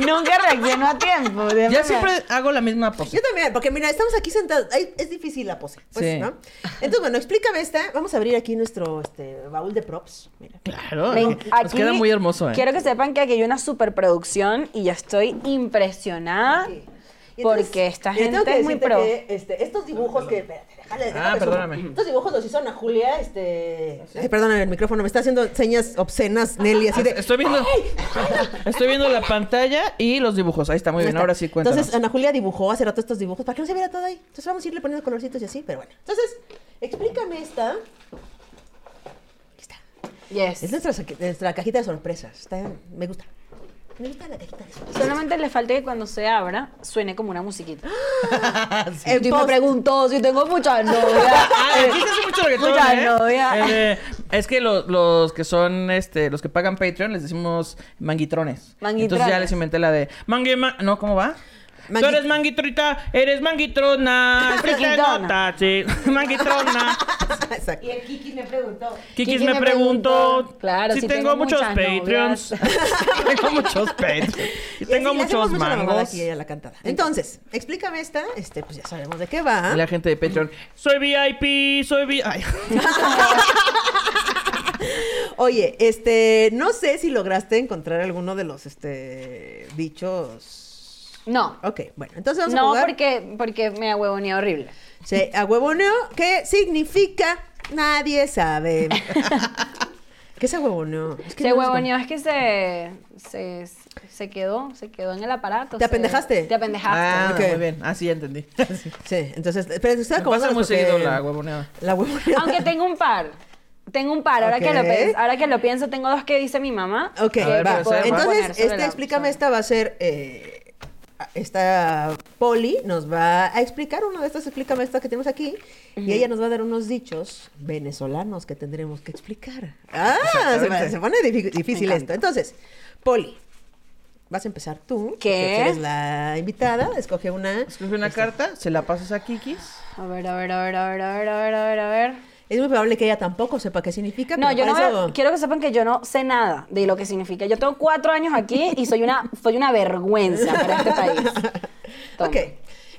S3: Nunca reaccionó a tiempo. de
S4: Ya
S3: verdad.
S4: siempre hago la misma
S2: Yo
S4: pose.
S2: también, porque mira, estamos aquí sentados. Ay, es difícil la pose, pues,
S4: Sí.
S2: ¿no? Entonces, bueno, explícame esta. Vamos a abrir aquí nuestro este, baúl de props. Mira.
S4: Claro.
S3: Me-
S4: Nos queda muy hermoso, ¿eh?
S3: Quiero que sepan que aquí hay una superproducción y ya estoy impresionada
S2: Sí. Y entonces,
S3: porque esta
S2: mira, tengo
S3: gente
S2: que
S3: es muy
S2: decirte
S3: pro.
S2: que, este, estos dibujos que. Espérate, déjale, déjame sumo.
S4: Ah, perdóname.
S2: Estos dibujos los hizo Ana Julia, este. Ay, perdóname el micrófono, me está haciendo señas obscenas,
S4: Ah,
S2: Nelly, así de.
S4: Estoy viendo, estoy viendo la pantalla y los dibujos. Ahí está, muy bien.
S2: Ahí está.
S4: Ahora sí, cuéntanos.
S2: Entonces, Ana Julia dibujó hace rato estos dibujos para que no se viera todo ahí. Entonces, vamos a irle poniendo colorcitos y así, pero bueno. Entonces, explícame esta. Aquí está. Es
S3: Yes.
S2: nuestra, sa- nuestra cajita de sorpresas. Está- me gusta. Me gusta la cajita de sorpresas.
S3: Solamente le falta que cuando se abra suene como una musiquita.
S2: En
S3: El tipo me
S2: post.
S3: preguntó si tengo muchas novias.
S4: Ah, aquí se hace mucho reggaetón,
S3: Muchas
S4: ¿eh?
S3: novias.
S4: Eh, es que los, los que son, este, los que pagan Patreon les decimos manguitrones.
S3: Manguitrones.
S4: Entonces ya les inventé la de mangue, ma- no, ¿cómo va?
S2: Mangui-
S4: Tú eres manguitrita, eres manguitrona, friki
S3: Friquitona.
S4: nota, sí, manguitrona.
S2: Exacto.
S3: el Kiki me preguntó.
S4: Kikis me preguntó
S3: Claro,
S4: si,
S3: sí
S4: tengo, muchos
S3: muchas
S4: Patreons.
S3: novias.
S4: tengo muchos Patreons. Y
S2: Y así
S4: tengo
S2: le hacemos
S4: muchos
S2: mucho la mamada
S4: mangos.
S2: aquí ¿eh? a la cantada. Entonces, explícame esta. Este, pues ya sabemos de qué va.
S4: Y la gente de Patreon, soy VIP, soy VIP. Ay.
S2: Oye, este, no sé si lograste encontrar alguno de los este dichos.
S3: No.
S2: Ok, bueno, entonces vamos a
S3: No,
S2: jugar.
S3: porque, porque me huevonía horrible.
S2: Se ahuevoneo, ¿qué significa? Nadie sabe. ¿Qué es ahuevoneo? Es que
S3: Se
S2: no sé
S3: huevoneó, es que se, se, se quedó, se quedó en el aparato.
S2: ¿Te
S3: se-
S2: apendejaste?
S3: Te apendejaste.
S4: Ah,
S2: Ok.
S4: muy bien. Así ya entendí. Sí.
S2: cómo- Sí, entonces, pero se está
S4: Me Pasa
S2: acomodando
S4: muy
S2: porque-
S4: seguido la huevoneada.
S2: La huevoneada.
S3: Aunque tengo un par. Tengo un par, ahora, que lo
S2: Ok.
S3: pienso, ahora que lo pienso, tengo dos que dice mi mamá.
S2: Ok,
S4: A ver,
S2: va.
S4: puede ser, va.
S2: Entonces,
S3: Poner sobre
S2: este,
S3: la-
S2: explícame,
S3: sobre-
S2: esta va a ser. eh, esta Poli nos va a explicar uno de estos, explícame esta que tenemos aquí. Y ella nos va a dar unos dichos venezolanos que tendremos que explicar. Ah, se va- se, pone difi- difícil
S3: Me
S2: esto.
S3: encanta.
S2: entonces, Poli, vas a empezar tú.
S3: ¿Qué?
S2: porque Eres la invitada, escoge una.
S4: Escoge una carta, se la pasas a Kikis.
S3: A ver, a ver, a ver, a ver, a ver, a ver, a ver, a ver.
S2: Es muy probable que ella tampoco sepa qué significa.
S3: No,
S2: pero
S3: yo no
S2: para
S3: veo-
S2: eso-
S3: quiero que sepan que yo no sé nada de lo que significa. Yo tengo cuatro años aquí y soy una, soy una vergüenza para este país. Toma.
S2: Ok,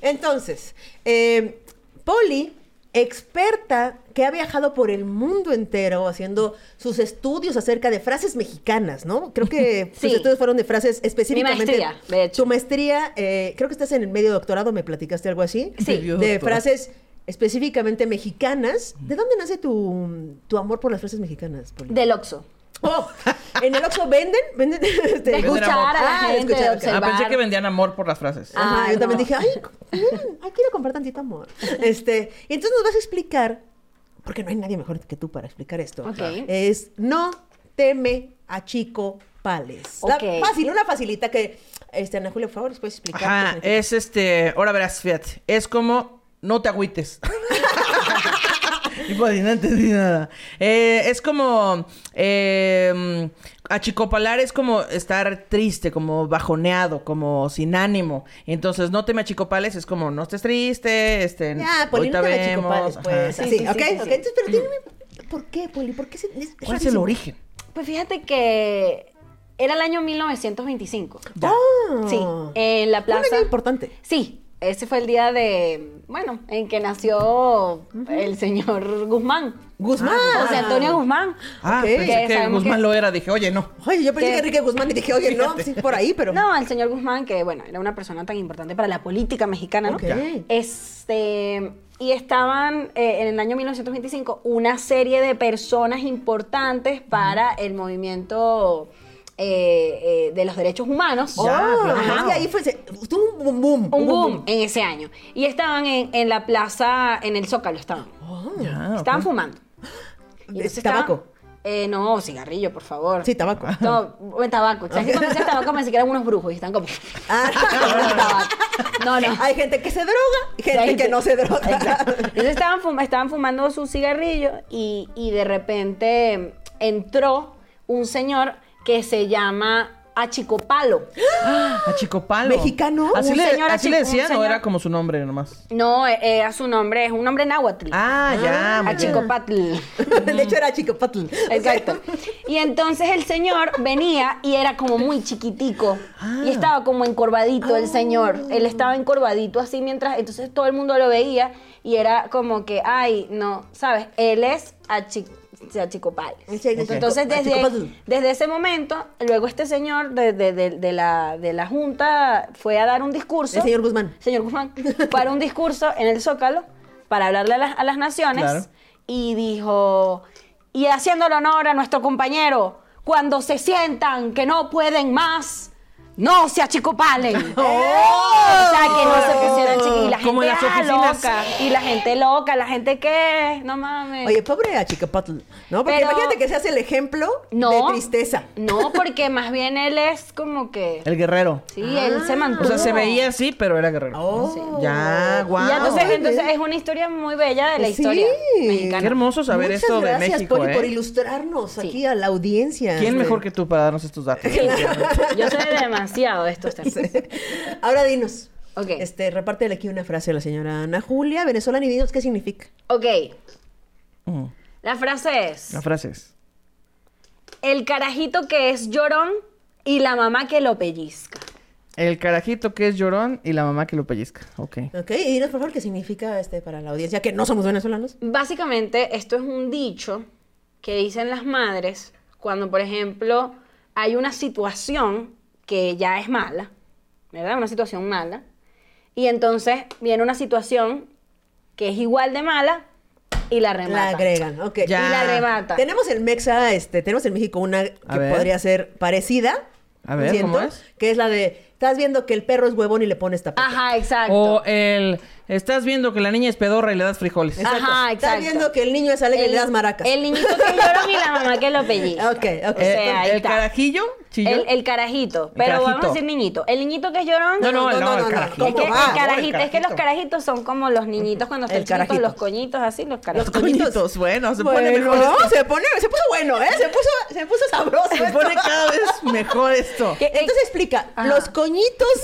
S2: entonces, eh, Poli, experta que ha viajado por el mundo entero haciendo sus estudios acerca de frases mexicanas, ¿no? Creo que sus
S3: Sí.
S2: estudios fueron de frases específicamente.
S3: maestría, de hecho.
S2: Tu maestría, eh, creo que estás en el medio doctorado, me platicaste algo así.
S3: Sí.
S2: De
S4: Medio doctorado.
S2: frases específicamente mexicanas. ¿De dónde nace tu, tu amor por las frases mexicanas, Poli?
S3: Del Oxxo.
S2: Oh, en el Oxxo venden, venden. este,
S3: De escuchar a la
S2: Ah, de
S3: gente,
S2: escuchar,
S3: de
S2: ok.
S4: Ah,
S3: observar.
S4: pensé que vendían amor por las frases.
S3: Ah.
S2: Ajá,
S3: Ay,
S2: yo también
S3: no.
S2: dije, ay, mm, ay, quiero comprar tantito amor. Este, y entonces nos vas a explicar, porque no hay nadie mejor que tú para explicar esto.
S3: Ok.
S2: Es no teme a chico pales. La-
S3: Ok.
S2: fácil, una facilita que, este, Ana Julia, por favor, les puedes explicar.
S4: Ajá,
S2: qué
S4: es este. Ahora verás, fíjate. Es como no te agüites. Y pues, no entendí nada. Eh, es como. Eh, achicopalar es como estar triste, como bajoneado, como sin ánimo. Entonces, no te me achicopales, es como no estés triste, este.
S2: Ya, Poli, no
S4: ahorita
S2: te me
S4: vemos,
S2: achicopales,
S4: ajá. Mm.
S2: pues.
S3: Sí,
S2: Así,
S3: sí,
S2: ¿ok?
S3: sí, sí,
S2: ok.
S3: sí.
S2: Entonces, pero dime, ¿por qué, Poli? ¿Por qué se, es-
S4: ¿Cuál es el
S2: rarísimo?
S4: origen?
S3: Pues fíjate que era el año 1925.
S2: Ah.
S3: Sí, en la plaza.
S2: Un año importante.
S3: Sí, ese fue el día de, bueno, en que nació el señor Guzmán.
S2: Guzmán.
S3: José Antonio Guzmán.
S4: Ah,
S2: Ok.
S4: pensé
S3: Que
S4: que
S3: sabemos
S4: Guzmán
S3: que-
S4: lo era. Dije, oye, no.
S2: Oye, yo pensé
S3: ¿Qué?
S2: que Enrique Guzmán y dije, oye, no, sí, por ahí, pero.
S3: No, el señor Guzmán, que bueno, era una persona tan importante para la política mexicana, ¿no?
S2: Ok.
S3: Este, y estaban eh, en el año 1925 una serie de personas importantes para el movimiento eh, eh, de los derechos humanos.
S2: Oh,
S4: Ya, claro.
S2: y ahí fue. se- Tuvo un boom. boom
S3: Un boom en ese año. Y estaban en, en la plaza, en el Zócalo, estaban.
S2: Oh. Ah.
S4: Ya,
S3: Estaban
S4: ok.
S3: fumando. Y
S2: De-
S3: entonces estaban-
S2: Tabaco.
S3: eh, no, cigarrillo, por favor.
S2: Sí, tabaco.
S3: No, buen tabaco. ¿Sabes que cuando dices tabaco pensé que eran unos brujos y están como...
S2: Ah.
S3: Tabaco. No, no.
S2: Hay gente que se droga, gente, que no se droga.
S3: Exacto. Entonces estaban, fum- estaban fumando su cigarrillo y, y de repente entró un señor que se llama Achicopalo.
S4: Achicopalo.
S2: ¿Mexicano?
S4: Así,
S3: Un
S4: le,
S3: señor
S4: así le
S3: achico-
S4: decían
S3: un
S4: o
S3: señor-
S4: era como su nombre nomás.
S3: No, eh, era su nombre, es un nombre náhuatl.
S4: Ah, ya. muy bien.
S3: Achicopatl.
S2: De hecho, era chico patl.
S3: Exacto. Y entonces el señor venía y era como muy chiquitico. Y estaba como encorvadito el señor. Él estaba encorvadito así mientras. Entonces todo el mundo lo veía y era como que, ay, no, ¿sabes? Él es achi- achicopal.
S2: Sí, achico-
S3: Entonces
S2: achicopatl.
S3: desde, desde ese momento, luego este señor de, de- de- de la, de la junta fue a dar un discurso.
S2: El señor Guzmán.
S3: Señor Guzmán para un discurso en el Zócalo para hablarle a las, a las naciones
S4: Claro.
S3: y dijo, y haciéndole honor a nuestro compañero, cuando se sientan que no pueden más, no se achicopalen. O sea, que no se pusieran chiqui- Y la
S4: Como en
S3: gente
S4: las
S3: ah,
S4: oficinas.
S3: loca. Y la gente loca, la gente que, no mames.
S2: Oye, pobre a Chicapatl, ¿no? Porque
S3: Pero-
S2: imagínate que seas el ejemplo
S3: no.
S2: de tristeza.
S3: No, porque más bien él es como que...
S4: El guerrero.
S3: Sí, él se mantuvo.
S4: Ah. O sea, se veía así, pero era guerrero.
S3: Ah,
S2: Oh.
S4: Ya, guau.
S3: Y ya, entonces,
S2: Órale.
S3: entonces es una historia muy bella de la
S2: Sí.
S3: historia
S4: Qué
S3: mexicana.
S4: hermoso saber
S2: Muchas
S4: esto
S2: gracias,
S4: de México,
S2: Poli,
S4: ¿eh?
S2: por ilustrarnos aquí
S3: Sí.
S2: a la audiencia.
S4: ¿Quién
S2: Este.
S4: mejor que tú para darnos estos datos?
S3: Yo sé demasiado de estos temas.
S2: Ahora dinos.
S3: Ok.
S2: Este, repártele aquí una frase a la señora Ana Julia, venezolana, y dinos qué significa.
S3: Ok,
S4: Mm,
S3: la frase es:
S4: La frase es.
S3: El carajito que es llorón y la mamá que lo pellizca.
S4: El carajito que es llorón y la mamá que lo pellizca. Ok.
S2: ¿Ok? Y dinos, por favor, qué significa este para la audiencia, que no somos venezolanos.
S3: Básicamente, esto es un dicho que dicen las madres cuando, por ejemplo, hay una situación que ya es mala, ¿verdad? Una situación mala. Y entonces viene una situación que es igual de mala y la remata.
S2: La agregan, ok.
S4: Ya.
S3: Y la remata.
S2: Tenemos en Mexa, este, tenemos en México una que
S4: A ver.
S2: podría ser parecida.
S4: A ver, ¿cómo es?
S2: Que es la de, estás viendo que el perro es huevón y le pones tapete.
S3: Ajá, exacto.
S4: O el. Estás viendo que la niña es pedorra y le das frijoles.
S3: Exacto. Ajá,
S2: Estás viendo que el niño es alegre y le das maracas.
S3: El niñito que lloró y la mamá que lo pellizca.
S2: Ok, ok.
S3: O
S4: El,
S3: sea, ahí
S4: Eh, el
S3: está.
S4: carajillo, chillón.
S3: El, el carajito. Pero vamos
S4: carajito.
S3: a decir niñito. El niñito que es llorón.
S4: No, no,
S2: No,
S4: no,
S2: no, no,
S4: el
S2: no.
S4: carajito.
S3: Es que,
S2: ¿Cómo
S3: el
S2: va?
S3: carajito, es que los
S4: carajito.
S3: carajitos son como los niñitos cuando
S2: El
S3: están chiquitos,
S2: carajito.
S3: los coñitos así, los
S4: Los
S3: carajitos.
S4: coñitos, bueno, se pone
S2: Bueno,
S4: mejor. esto.
S2: se pone, se puso bueno, ¿eh? Se puso, se puso sabroso.
S4: Se
S2: esto.
S4: pone cada vez mejor esto.
S3: ¿Qué?
S2: Entonces explica,
S3: Ajá.
S2: los coñitos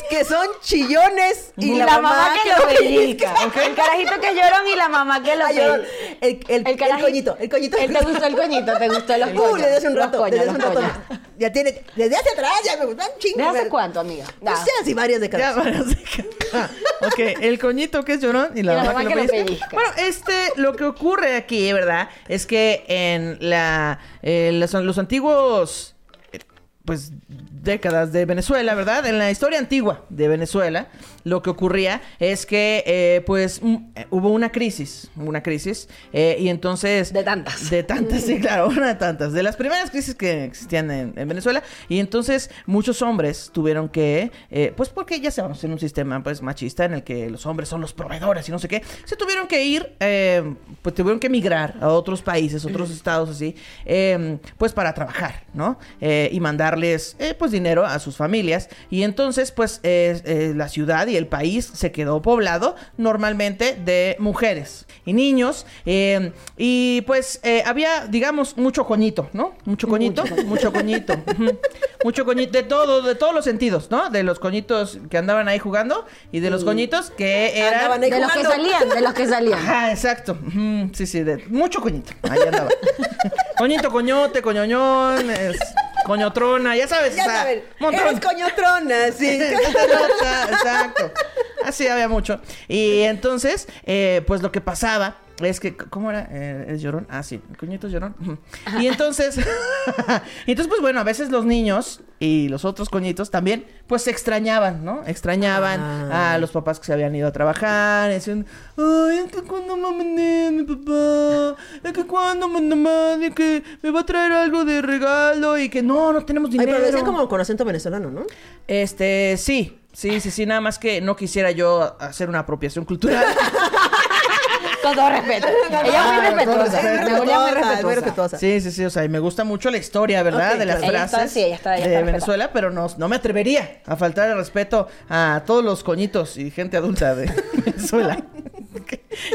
S2: que son chillones y, la, mamá, que
S3: lo
S2: pellizca.
S3: pellizca. El carajito que es llorón y la mamá que lo
S2: Ay,
S3: pellizca.
S2: llorón. El, el, el
S3: carajito-
S2: coñito, el coñito.
S3: Él te gustó el coñito, te gustó los
S2: Uh,
S3: coños.
S2: desde hace un
S3: los
S2: rato,
S3: coños,
S2: desde hace
S3: los
S2: un rato.
S3: coños.
S2: Ya tiene, desde hace atrás ya me gustan chingos.
S3: ¿Desde hace cuánto, amiga?
S2: No
S3: Da.
S2: sé, así varias décadas.
S4: Ya, bueno, sí. Ah, ok, el coñito que es llorón y la, mamá, que, lo pellizca.
S3: pellizca.
S4: Bueno, este, lo que ocurre aquí, ¿verdad? Es que en la, eh, las- los antiguos, eh, pues, décadas de Venezuela, ¿verdad? En la historia antigua de Venezuela, lo que ocurría es que, eh, pues, mm, eh, hubo una crisis, una crisis, eh, y entonces...
S3: De tantas.
S4: De tantas, sí, claro, una de tantas. De las primeras crisis que existían en, en Venezuela. Y entonces muchos hombres tuvieron que, eh, pues porque ya sabemos, en un sistema pues machista en el que los hombres son los proveedores y no sé qué, se tuvieron que ir, eh, pues tuvieron que emigrar a otros países, otros estados así, eh, pues para trabajar, ¿no? Eh, y mandar darles eh, pues dinero a sus familias y entonces pues eh, eh, la ciudad y el país se quedó poblado normalmente de mujeres y niños eh, y pues eh, había digamos mucho coñito, ¿no? Mucho coñito, mucho coñito, ujú. mucho coñito de todo, de todos los sentidos, ¿no? De los coñitos que andaban ahí jugando y de los coñitos que eran
S2: Andaban ahí
S3: De los que
S2: jugando.
S3: salían, de los que salían.
S4: Ajá, exacto. Ujú, Sí, sí, de- mucho coñito. Ahí andaba. coñito, coñote, coñoñón, es- coñotrona, ya sabes.
S2: Ya
S4: o sea,
S2: saben,
S4: montón.
S2: eres coñotrona, sí.
S4: Exacto. Así había mucho. Y entonces, eh, pues lo que pasaba es que, ¿cómo era? Eh, ¿Es llorón? Ah, sí, el coñito es llorón. Ujú. Y entonces, y entonces, pues bueno, a veces los niños y los otros coñitos también, pues se extrañaban, ¿no? Extrañaban
S2: Ah.
S4: a los papás que se habían ido a trabajar. Decían, ay, es que cuando me mande mi papá, es que cuando me mande que me va a traer algo de regalo y que no, no tenemos
S2: Ay,
S4: dinero.
S2: pero lo decían como con acento venezolano, ¿no?
S4: Este, sí, sí, sí, sí, nada más que no quisiera yo hacer una apropiación cultural.
S3: Con todo respeto. Ella es muy
S4: Ah, con todo
S3: respetuosa.
S4: respeto.
S3: Me volvía muy
S2: Respetuosa, muy
S3: respetuosa.
S2: respetuosa.
S4: Sí, sí, sí, o sea, y me gusta mucho la historia, ¿verdad?
S2: Ok,
S4: de las
S2: claro.
S3: Ella está-
S4: frases
S3: sí, ella está- ella
S4: de
S3: está
S4: Venezuela, pero no, no me atrevería a faltar el respeto a todos los coñitos y gente adulta de Venezuela.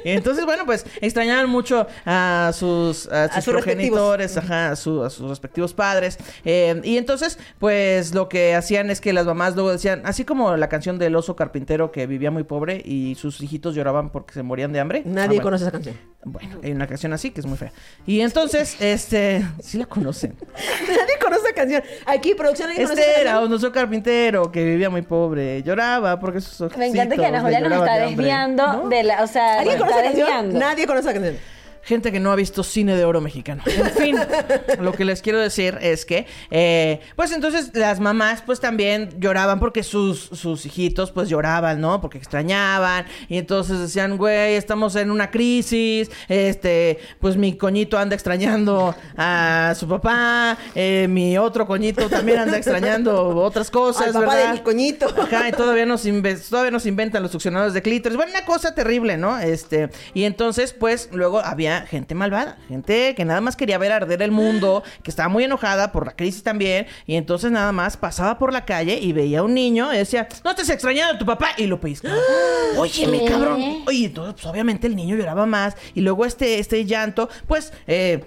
S4: Y Entonces, bueno, pues extrañaban mucho a sus, a sus,
S2: sus respectivos.
S4: progenitores, ajá, a, su- a sus respectivos padres. Eh, y entonces, pues lo que hacían es que las mamás luego decían, así como la canción del oso carpintero que vivía muy pobre y sus hijitos lloraban porque se morían de hambre. Ah,
S2: Nadie
S4: bueno.
S2: conoce esa canción.
S4: Bueno, hay una canción así que es muy fea. Y entonces, este, sí la conocen.
S2: Nadie conoce esa canción. Aquí, producción, ¿alguien conoce esa
S4: Este era
S2: canción?
S4: un oso carpintero que vivía muy pobre, lloraba porque sus ojitos
S3: Me encanta que Ana
S4: le
S3: Julia nos
S4: lloraban
S3: está
S4: de hambre,
S3: desviando
S4: ¿no?
S3: de la. O sea,
S2: ¿Alguien
S3: nos
S2: conoce
S3: está
S2: esa canción?
S3: desviando.
S2: Nadie conoce esa canción.
S4: Gente que no ha visto cine de oro mexicano. En fin, lo que les quiero decir es que, eh, pues entonces las mamás pues también lloraban porque sus, sus hijitos pues lloraban, ¿no? Porque extrañaban y entonces decían, güey, estamos en una crisis, este, pues mi coñito anda extrañando a su papá, eh, mi otro coñito también anda extrañando otras cosas,
S2: Al papá
S4: ¿verdad?
S2: del coñito.
S4: Ajá, y todavía nos, inves- todavía nos inventan los succionadores de clítoris. Bueno, una cosa terrible, ¿no? Este, y entonces, pues, luego había gente malvada, gente que nada más quería ver arder el mundo, que estaba muy enojada por la crisis también, y entonces nada más pasaba por la calle y veía a un niño y decía, no te has extrañado a tu papá, y lo pellizcaba. Oye, mi
S3: ¿Qué?
S4: cabrón. Oye, entonces, pues, obviamente el niño lloraba más, y luego este, este llanto, pues, eh,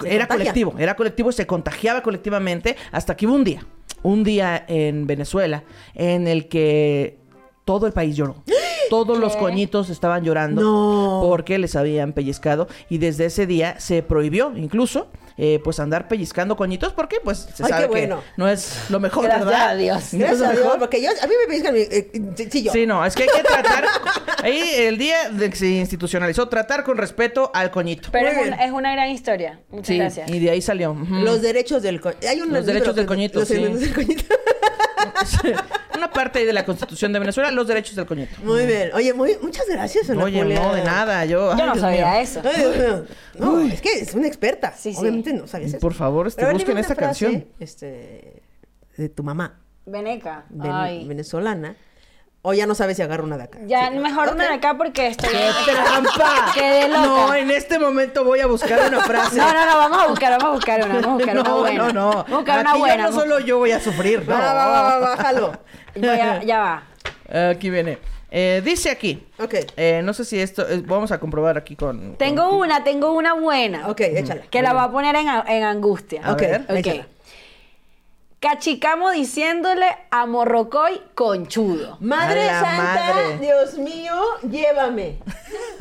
S2: Se contagia.
S4: era colectivo, era colectivo, se contagiaba colectivamente hasta que hubo un día, un día en Venezuela en el que todo el país lloró. Todos los coñitos estaban llorando
S2: No.
S4: porque les habían pellizcado y desde ese día se prohibió incluso eh, pues andar pellizcando coñitos porque pues se
S2: Ay, qué
S4: sabe
S2: bueno.
S4: que no es lo mejor,
S3: Gracias
S4: ¿verdad?
S3: a Dios.
S4: No es
S2: Gracias
S4: lo
S2: a Dios,
S4: mejor.
S2: porque yo, a mí me pellizcan mi- eh, eh, sí, sí, yo.
S4: Sí, no, es que hay que tratar ahí el día de que se institucionalizó tratar con respeto al coñito.
S3: Pero
S2: Muy
S3: es
S2: bien.
S3: una, es una gran historia. Muchas
S4: Sí,
S3: gracias.
S4: y de ahí salió. ujú.
S2: Mm. Los derechos del coñito. Hay un
S4: Los
S2: libro
S4: derechos del
S2: que-
S4: coñito,
S2: Los
S4: sí.
S2: derechos del coñito.
S4: una parte de la Constitución de Venezuela, los derechos del coñito.
S2: Muy bien. Oye, muy, muchas gracias, Ana
S4: Oye,
S2: Julia.
S4: no, de nada,
S3: Yo
S4: yo... ay,
S3: no
S4: Dios
S3: sabía
S4: mío.
S3: eso.
S2: Ay, Dios mío. No, es que es una experta.
S3: Sí, sí.
S2: Obviamente no sabías eso.
S4: Por favor, este,
S2: Pero a ver,
S4: busquen
S2: dime
S4: esta
S2: una frase,
S4: canción.
S2: Este, de tu mamá,
S3: Veneca.
S2: ven-
S3: Ay.
S2: venezolana. O ya no sabes si agarro una de acá.
S3: Ya,
S2: Sí.
S3: mejor una de acá porque estoy.
S4: ¡Qué trampa!
S3: Quedé loca.
S4: No, en este momento voy a buscar una frase.
S3: No, no, no, vamos a buscar, vamos a buscar una, vamos a buscar una
S4: No,
S3: buena.
S4: no, no.
S3: Vamos a buscar una
S4: Aquí
S3: buena.
S4: yo no solo yo voy a sufrir, no.
S2: Va, va, va, va, bájalo.
S3: Voy a- ya va.
S4: Aquí viene. Eh, dice aquí.
S2: Ok.
S4: Eh, no sé si esto... eh, vamos a comprobar aquí con...
S3: Tengo
S4: con-
S3: una, tengo una buena.
S2: Ok, échala.
S3: Que la va a poner en, a- en angustia.
S4: A
S2: ok,
S4: ver.
S3: Ok.
S2: échala.
S3: Cachicamo diciéndole a Morrocoy conchudo.
S2: Madre
S4: A la
S2: Santa,
S4: madre.
S2: Dios mío, llévame.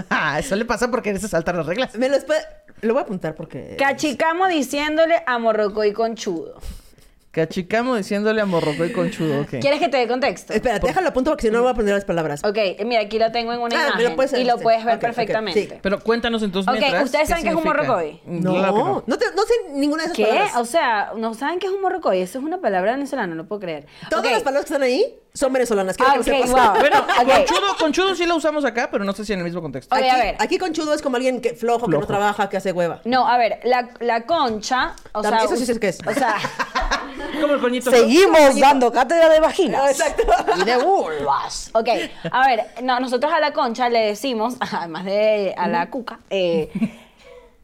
S4: Ah, eso le pasa porque eres saltar las reglas.
S2: Me los puede- Lo voy a apuntar porque.
S3: Cachicamo diciéndole a Morrocoy conchudo.
S4: Cachicamo diciéndole a Morroco y Conchudo, ok.
S3: ¿Quieres que te dé contexto?
S2: Espérate, déjalo apunto porque si no no voy a poner las palabras.
S3: Ok, eh, mira, aquí lo tengo en una
S2: Ah,
S3: imagen.
S2: pero puedes-
S3: y lo
S2: sí,
S3: puedes ver
S2: ok, ok,
S3: perfectamente.
S2: sí.
S4: Pero cuéntanos entonces
S3: Ok,
S4: mientras,
S3: ¿ustedes saben qué es un
S4: significa? Mm,
S3: morrocoy?
S2: No,
S4: Claro que
S2: no, te- no sé ninguna de esas
S3: ¿Qué?
S2: palabras.
S3: O sea, ¿no saben qué es un morrocoy? Eso es una palabra venezolana, no puedo creer.
S2: Todas
S3: Ok.
S2: las palabras que están ahí son venezolanas. quiero
S3: Ah,
S2: que lo
S3: ok,
S2: sepas.
S3: guau.
S4: Bueno,
S3: Ok.
S4: conchudo, conchudo sí lo usamos acá, pero no sé si en el mismo contexto.
S3: Ok,
S2: Aquí,
S3: a ver.
S2: aquí conchudo es como alguien que flojo, que no
S4: Flojo.
S2: trabaja, que hace hueva.
S3: No, a ver, la, la concha, o
S2: Dame-
S3: sea...
S2: eso sí sé qué es.
S3: O sea,
S4: Como el coñito.
S3: seguimos dando cátedra de vaginas.
S2: Exacto.
S3: Y de vulvas. Ok, a ver, no, nosotros a la concha le decimos, además de a la cuca, eh,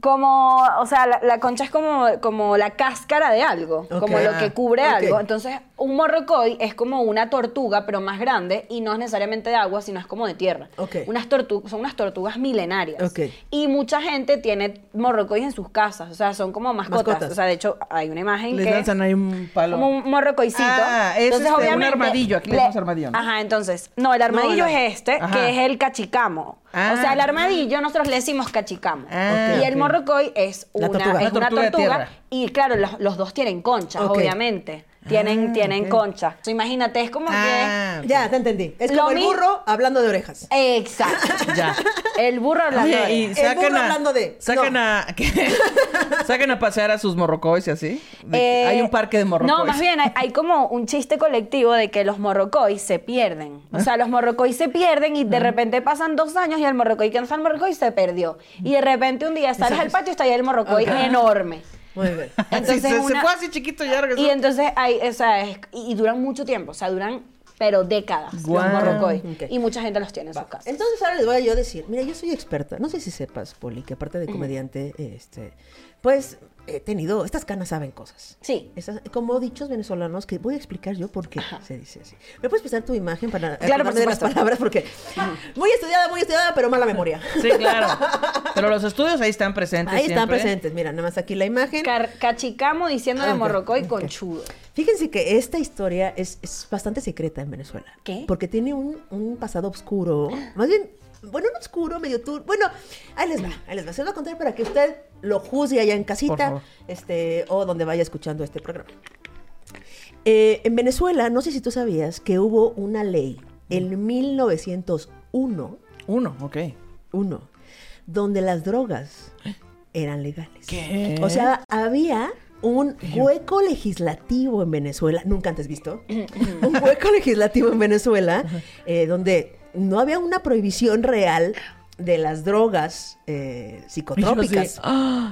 S3: como, o sea, la, la concha es como, como la cáscara de algo,
S2: Ok.
S3: como lo que cubre
S2: Ah, ok.
S3: algo. Entonces, un morrocoy es como una tortuga, pero más grande, y no es necesariamente de agua, sino es como de tierra.
S2: Ok.
S3: Unas tortu- son unas tortugas milenarias.
S2: Ok.
S3: Y mucha gente tiene morrocoys en sus casas, o sea, son como mascotas.
S2: Mascotas.
S3: O sea, de hecho, hay una imagen
S4: Les
S3: que...
S4: lanzan ahí un palo.
S3: Como un morrocoicito.
S4: Ah, es
S3: Entonces,
S4: este, un
S3: obviamente,
S4: armadillo. Aquí le llamamos armadillo, ¿no?
S3: Ajá, entonces. No, el armadillo
S2: No, el-
S3: es este,
S4: Ajá.
S3: que es el cachicamo.
S4: Ah.
S3: o sea, el armadillo nosotros le decimos cachicamo.
S4: Ah,
S3: y
S4: ok.
S3: el morrocoy es
S2: La
S3: una,
S2: tortuga.
S3: es
S4: Una
S3: una
S4: tortuga de
S3: tortuga.
S4: tierra.
S3: y claro, los, los dos tienen conchas,
S2: Ok.
S3: obviamente. Tienen,
S4: Ah,
S3: tienen
S4: ok.
S3: conchas. Entonces, imagínate, es como
S4: Ah,
S2: Ya, te entendí. Es
S3: Lo
S2: como el
S3: mi-
S2: burro hablando de orejas.
S3: que. Exacto.
S4: Ya.
S3: El burro hablando.
S4: Oye,
S3: de-
S4: y
S2: El
S4: sacan
S2: burro
S4: a,
S2: hablando de-
S4: sacan
S2: no.
S4: a ¿qué? sacan a pasear a sus morrocois y así. De que
S3: Eh,
S4: hay un parque de morrocois.
S3: No, más bien hay, hay como un chiste colectivo de que los morrocois se pierden. O sea, los morrocois se pierden y de repente pasan dos años y el morrocoy que no está el morrocoy se perdió. Y de repente un día sales al patio y está ahí el morrocoy enorme.
S2: Muy bien.
S4: Sí,
S3: Entonces
S4: se, se
S3: una-
S4: fue así chiquito y ya regresó.
S3: y entonces hay, o sea, es- y, y duran mucho tiempo, o sea, duran pero décadas
S4: Guau.
S3: los morrocois.
S2: Ok.
S3: Y mucha gente los tiene en sus casas.
S2: Entonces ahora les voy a yo decir, mira, yo soy experta, no sé si sepas, Poli, que aparte de comediante, este, pues he tenido, estas canas saben cosas.
S3: Sí.
S2: Esas- como dichos venezolanos, que voy a explicar yo por qué se dice así. ¿Me puedes prestar tu imagen para
S3: Claro, por
S2: acordarme de las
S3: supuesto.
S2: palabras? Porque muy estudiada, muy estudiada, pero mala memoria.
S4: Sí, claro. Pero los estudios ahí están presentes.
S2: Ahí están
S3: ¿eh?
S4: siempre. ¿eh?
S2: presentes, mira, nada más aquí la imagen.
S3: Car- cachicamo diciéndole
S2: Ah, ok,
S3: morrocoy
S2: ok.
S3: conchudo.
S2: Fíjense que esta historia es, es bastante secreta en Venezuela.
S3: ¿Qué?
S2: Porque tiene un, un pasado oscuro. Más bien, bueno, no oscuro, medio tur. Bueno, ahí les va, ahí les va. Se lo voy a contar para que usted lo juzgue allá en
S4: Por
S2: casita
S4: favor.
S2: este, o donde vaya escuchando este programa. Eh, en Venezuela, no sé si tú sabías que hubo una ley en 1901
S4: Uno, ok.
S2: uno, donde las drogas eran legales.
S4: ¿Eh? ¿Qué?
S2: O sea, había un hueco legislativo en Venezuela, nunca antes visto, un hueco legislativo en Venezuela, eh, donde no había una prohibición real de las drogas eh, psicotrópicas,
S4: Ah,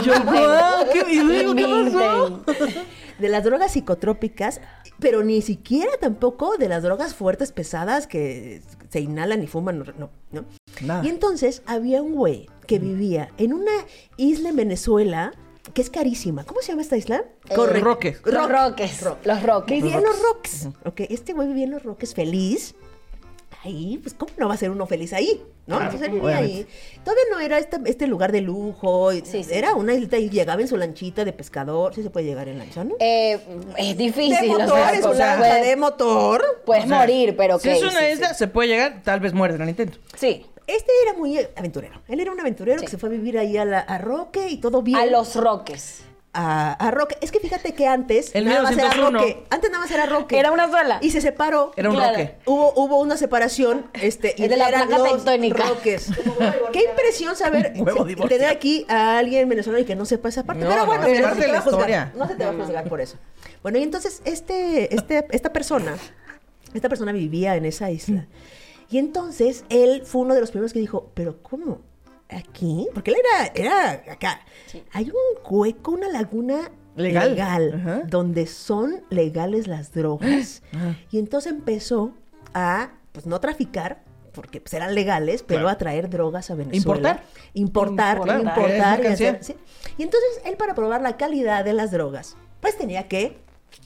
S3: Y yo,
S4: guau, qué- y digo, ¿qué
S3: Inventen.
S2: de las drogas psicotrópicas, pero ni siquiera tampoco de las drogas fuertes, pesadas, que se inhalan y fuman, no, no.
S4: nada.
S2: Y entonces había un güey que vivía en una isla en Venezuela que es carísima. ¿Cómo se llama esta isla?
S3: Eh,
S2: Correcto.
S4: Roques.
S3: Los
S2: Roque-
S3: roques. Los roques.
S2: Vivía en los Roques. Ok, este güey vivía en los Roques feliz. Ahí, pues, ¿cómo no va a ser uno feliz ahí? ¿No?
S4: Claro,
S2: Entonces él vivía ahí. Todavía no era este, este lugar de lujo. y-
S3: Sí, sí.
S2: Era una isla y llegaba en su lanchita de pescador. Sí se puede llegar en lancha, ¿no?
S3: Eh, es
S2: de
S3: difícil. o sea,
S2: motor, en su
S3: o sea,
S2: lancha
S3: puedes,
S2: de motor.
S3: puedes
S4: O sea,
S3: morir, pero
S4: Si
S3: ¿qué
S4: es una
S3: dices?
S4: isla, se puede llegar, tal vez mueres en el intento.
S3: Sí.
S2: Este era muy aventurero. Él era un aventurero
S3: Sí.
S2: que se fue a vivir ahí a, la, a Roque y todo bien.
S3: A los roques.
S2: a, a Roque. Es que fíjate que antes
S4: El
S2: nada más era
S4: 1901.
S2: Roque. Antes nada más era Roque.
S3: Era una sola.
S2: Y se separó.
S4: Era un
S3: Claro.
S4: roque.
S2: Hubo, hubo una separación este, y
S3: Es de la
S2: eran
S3: placa
S2: los
S3: tectónica.
S2: Roques. Qué impresión saber
S4: Un huevo
S2: se-
S4: divorciado.
S2: tener aquí a alguien venezolano y que no sepa esa parte.
S4: No,
S2: Pero
S4: no,
S2: bueno,
S4: es
S2: no,
S4: parte
S2: se
S4: de
S2: te va
S4: la
S2: a juzgar.
S4: historia.
S2: No se te va a juzgar por eso. Bueno, y entonces este, este, esta persona, esta persona vivía en esa isla. Y entonces él fue uno de los primeros que dijo, pero ¿cómo? ¿Aquí? Porque él era, era acá. Hay un hueco, una laguna
S4: Legal.
S2: legal,
S4: Ajá.
S2: donde son legales las drogas. Y entonces empezó a, pues no traficar, porque pues, eran legales, pero
S4: Claro.
S2: a traer drogas a Venezuela.
S4: Importar.
S2: Importar.
S4: Importar.
S2: Importar,
S4: Claro,
S2: importar.
S4: es
S2: Y,
S4: la
S2: hacer-
S4: canción.
S2: sí. Y entonces él para probar la calidad de las drogas, pues tenía que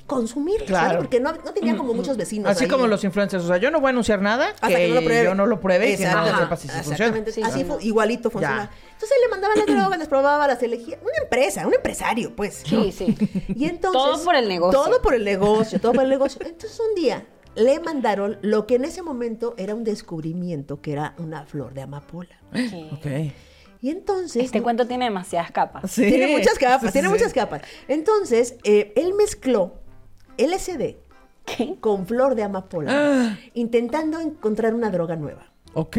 S2: consumirlas,
S4: Claro. Mm.
S2: ¿vale? porque no, no tenía como muchos vecinos.
S4: Así
S2: ahí.
S4: como los influencers. O sea, yo no voy a anunciar nada
S2: Hasta que, no lo pruebe.
S4: yo no lo pruebe y que
S2: Exacto.
S4: no
S2: Ajá.
S4: sepa si sí funciona.
S2: Exactamente.
S3: Sí,
S2: Así
S3: sí.
S2: fu- igualito funciona.
S4: Ya.
S2: Entonces él le mandaba las drogas, las probaba, las elegía. Una empresa, un empresario, pues. ¿no?
S3: Sí, sí.
S2: Y entonces.
S3: Todo por el negocio.
S2: Todo por el negocio, todo por el negocio. Entonces un día le mandaron lo que en ese momento era un descubrimiento, que era una flor de amapola.
S4: Ok.
S2: Y entonces.
S3: Este cuento tiene demasiadas capas.
S4: Sí.
S2: Tiene muchas capas,
S4: Sí, sí,
S2: tiene
S4: sí.
S2: muchas capas. Entonces, eh, él mezcló LSD
S3: ¿Qué?
S2: con flor de amapola,
S4: Ah.
S2: intentando encontrar una droga nueva
S4: Ok.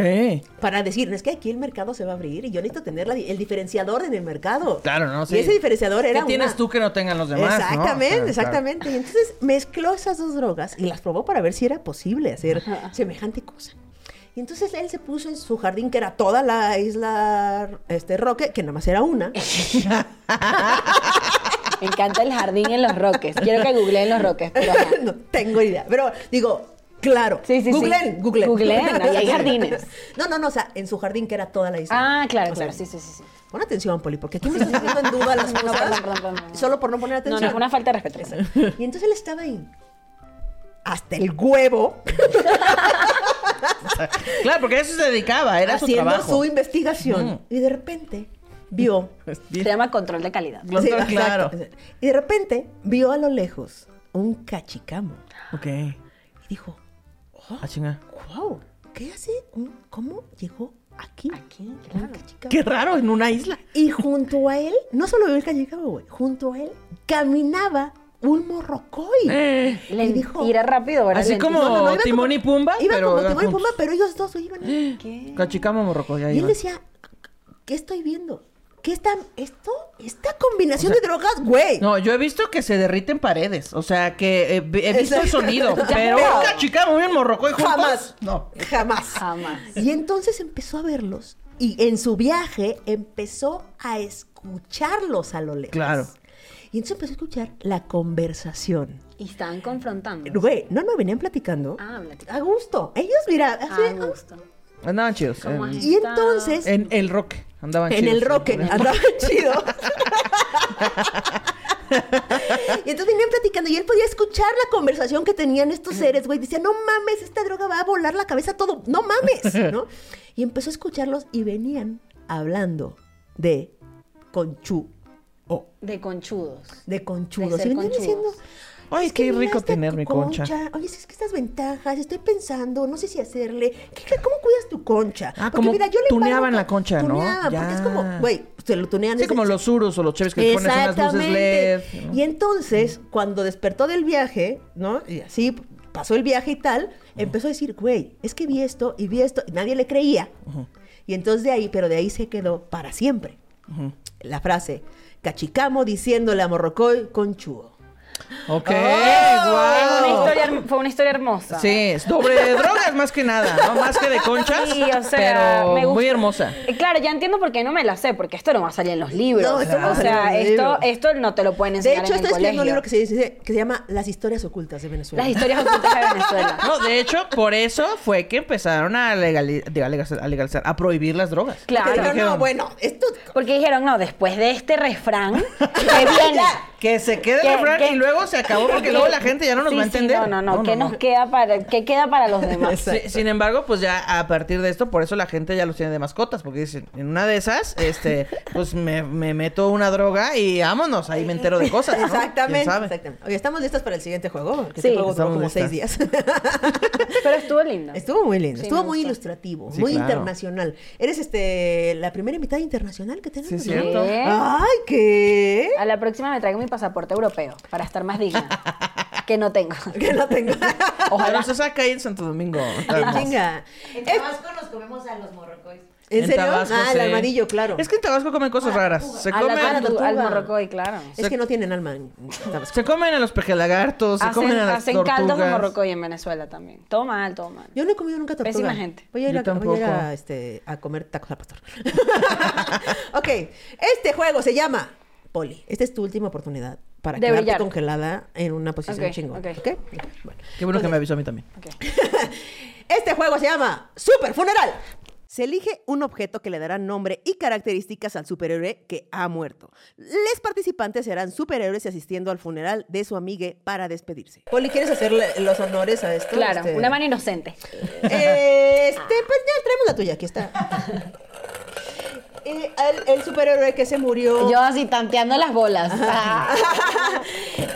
S2: para decir, es que aquí el mercado se va a abrir y yo necesito tener la di- el diferenciador en el mercado.
S4: Claro, no sé.
S2: Y ese diferenciador era
S4: ¿Qué tienes
S2: una-
S4: tú que no tengan los demás? no?
S2: exactamente,
S4: O sea,
S2: exactamente. Y entonces mezcló esas dos drogas y las probó para ver si era posible hacer
S3: Ajá.
S2: semejante cosa. Y entonces él se puso en su jardín, que era toda la isla este, Roque, que nada más era una.
S3: Me encanta el jardín en los roques. Quiero que googleen los roques. Pero ajá.
S2: no tengo idea, pero digo, claro.
S3: Sí, sí, sí.
S2: Googleen, googleen.
S3: Googleen, ahí hay jardines.
S2: No, no, no, o sea, en su jardín, que era toda la isla.
S3: Ah, claro,
S2: O
S3: claro.
S2: sea,
S3: Sí, sí, sí. sí.
S2: Pon atención, Poli, porque aquí me estás poniendo en duda las
S3: No,
S2: cosas.
S3: perdón, perdón, perdón, no.
S2: Solo por no poner
S3: No,
S2: atención.
S3: no, una falta de respeto.
S2: Exacto. Y entonces él estaba ahí. Hasta el huevo.
S4: Claro, porque a eso se dedicaba, era su
S2: haciendo
S4: trabajo.
S2: su investigación.
S4: Mm.
S2: Y de repente vio.
S3: Se llama control de calidad.
S4: Lo-
S2: Sí,
S4: claro.
S2: exacto. Y de repente vio a lo lejos un cachicamo.
S4: Ok.
S2: Y dijo,
S4: Ah, chinga.
S2: wow, ¿qué hace? un- ¿Cómo llegó aquí?
S3: Aquí,
S2: Un
S3: claro.
S2: cachicamo.
S4: Qué raro, en una isla.
S2: Y junto a él, no solo vio el cachicamo, güey, junto a él caminaba un morrocoy. Y
S3: Len-
S2: dijo,
S3: Irá rápido, ¿verdad?
S4: Así
S3: Lentito.
S4: como
S2: No, no, iban
S4: Eh. Timón
S2: como-
S4: y Pumba,
S2: Iban
S4: pero
S2: como
S4: iban
S2: Timón y
S4: juntos. Eh.
S2: Pumba, pero ellos dos iban.
S3: ¿Qué?
S4: Cachicamo morroco, ya
S2: Y él
S4: iba.
S2: decía, ¿qué estoy viendo? ¿Qué está esto? Esta combinación de drogas, güey.
S4: No, yo he visto que se derriten paredes. O sea, que eh, he visto el
S2: Exacto.
S4: sonido.
S2: Ya,
S4: pero
S2: pero-
S4: un cachicamo y un morroco juntos.
S2: Jamás.
S4: No.
S2: Jamás.
S3: Ah. Jamás.
S2: Y entonces empezó a verlos y en su viaje empezó a escucharlos a lo lejos.
S4: Claro.
S2: Y entonces empezó a escuchar la conversación.
S3: Y estaban confrontando.
S2: Güey, no, no, venían platicando.
S3: Ah, platicando.
S2: A gusto. Ellos, mira, así,
S3: Ah,
S2: a
S3: me
S2: gusto.
S3: gustó.
S4: Andaban chidos.
S3: ¿Cómo
S4: En,
S3: es?
S2: Y entonces,
S4: en el roque. Andaban
S2: en
S4: chidos.
S2: el roque, andaban chido. y entonces venían platicando y él podía escuchar la conversación que tenían estos seres, güey. Decía, no mames, esta droga va a volar la cabeza a todo, no mames, ¿no? Y empezó a escucharlos y venían hablando de conchu,
S3: De conchudos.
S2: de conchudos.
S3: ser
S2: y venían
S3: conchudos.
S2: diciendo...
S4: Ay,
S2: "Es que
S4: qué
S2: mira
S4: rico
S2: esta
S4: tener mi concha.
S2: Oye, es que estas ventajas, estoy pensando, no sé si hacerle. ¿Qué- ¿Cómo cuidas tu concha?
S4: Ah, como tuneaban
S2: embargo-
S4: la concha, ¿no?
S2: Tuneaban, porque es
S4: Ya.
S2: como, güey, se lo tunean.
S4: Sí,
S2: desde
S4: como
S2: chiquito.
S4: los surus o los cheves que le pones unas luces LED. ¿no?
S2: Y entonces, cuando despertó del viaje, ¿no? Y así pasó el viaje y tal, empezó a decir, güey, es que vi esto y vi esto, y nadie le creía. Y entonces de ahí, pero de ahí se quedó para siempre. La frase, cachicamo diciéndole a Morrocoy con chuo.
S4: Ok,
S3: Oh, Fue, una
S4: wow.
S3: historia, herm- fue una historia hermosa.
S4: Sí, sobre drogas más que nada, ¿no? Más que de conchas.
S3: Sí, o sea,
S4: pero
S3: me gusta.
S4: muy hermosa.
S3: Eh, Claro, ya entiendo por qué no me la sé, porque esto no va a salir en los libros.
S2: No, esto no va a
S3: o
S2: salir en
S3: sea,
S2: los
S3: esto,
S2: libros.
S3: esto no te lo pueden
S2: De
S3: enseñar
S2: hecho,
S3: en el
S2: estoy escribiendo
S3: colegio.
S2: un libro que se, dice, que se llama Las historias ocultas de Venezuela.
S3: Las historias ocultas de Venezuela.
S4: No, de hecho, por eso fue que empezaron a legalizar, a, legalizar, a legalizar, a prohibir las drogas.
S3: Claro.
S2: Pero
S4: Dijeron,
S2: no, bueno, esto...
S3: Porque dijeron, no, después de este refrán, que viene?
S4: Que se quede
S3: ¿Qué-
S4: el refrán
S3: qué?
S4: y luego se acabó porque luego la gente ya no nos
S3: Sí,
S4: va a
S3: sí,
S4: entender.
S3: no, no, no, ¿qué nos queda para, qué queda para los demás?
S4: Sí, sin embargo, pues ya a partir de esto, por eso la gente ya los tiene de mascotas, porque dicen, en una de esas, este, pues me, me meto una droga y vámonos, ahí me entero de cosas. ¿no? ¿Quién
S2: Exactamente,
S4: sabe?
S2: exactamente. Oye, ¿estamos listas para el siguiente juego? Que
S3: Sí.
S2: este juego duró
S4: Estamos
S2: como
S4: listas.
S2: seis días.
S3: Pero estuvo lindo.
S2: Estuvo muy lindo,
S3: Sí,
S2: estuvo
S3: me
S2: muy
S3: gustó.
S2: ilustrativo,
S4: Sí,
S2: muy
S4: claro.
S2: internacional. Eres este la primera invitada internacional que tenemos.
S4: Sí, es
S2: ¿no?
S4: cierto.
S3: Bien.
S2: Ay, ¿qué?
S3: A la próxima me traigo mi pasaporte europeo para estar más digna. que no tengo.
S2: Que no tengo.
S4: Ojalá se saca ahí en Santo Domingo.
S2: En
S4: Hermoso.
S2: chinga.
S5: En Tabasco nos comemos a los morrocois.
S2: ¿En,
S4: En
S2: serio?
S4: Tabasco,
S2: ah,
S4: sí.
S2: el armadillo, claro.
S4: Es que en Tabasco comen cosas raras. Se
S3: A la
S4: comen,
S3: tortuga, al
S2: tortuga.
S3: morrocoy, claro.
S2: Es que no tienen alma. en Tabasco.
S4: se comen a los pejelagartos, se
S3: Hacen,
S4: comen a las
S3: hacen
S4: tortugas. Este.
S3: caldos de morrocoy en Venezuela también. Todo mal, todo mal.
S2: Yo no he comido nunca tortuga.
S3: Pésima gente.
S2: Voy a ir,
S4: Yo
S2: a, voy a ir
S4: tampoco.
S2: a, este, a comer tacos al pastor. ok, este juego se llama Poli. Esta es tu última oportunidad para
S3: De
S2: quedarte
S3: brillar.
S2: congelada en una posición
S3: Ok,
S2: chingona.
S3: ok.
S2: ¿ok? Bueno.
S4: Qué bueno que me avisó a mí también.
S2: Este juego se llama Super Funeral. Se elige un objeto que le dará nombre y características al superhéroe que ha muerto. Los participantes serán superhéroes asistiendo al funeral de su amigue para despedirse. Poli, ¿quieres hacerle los honores a esto?
S3: Claro,
S2: Este-
S3: una mano inocente.
S2: Eh, Este, pues ya traemos la tuya, aquí está. Eh, el, el superhéroe que se murió.
S3: Yo así tanteando las bolas. Ah,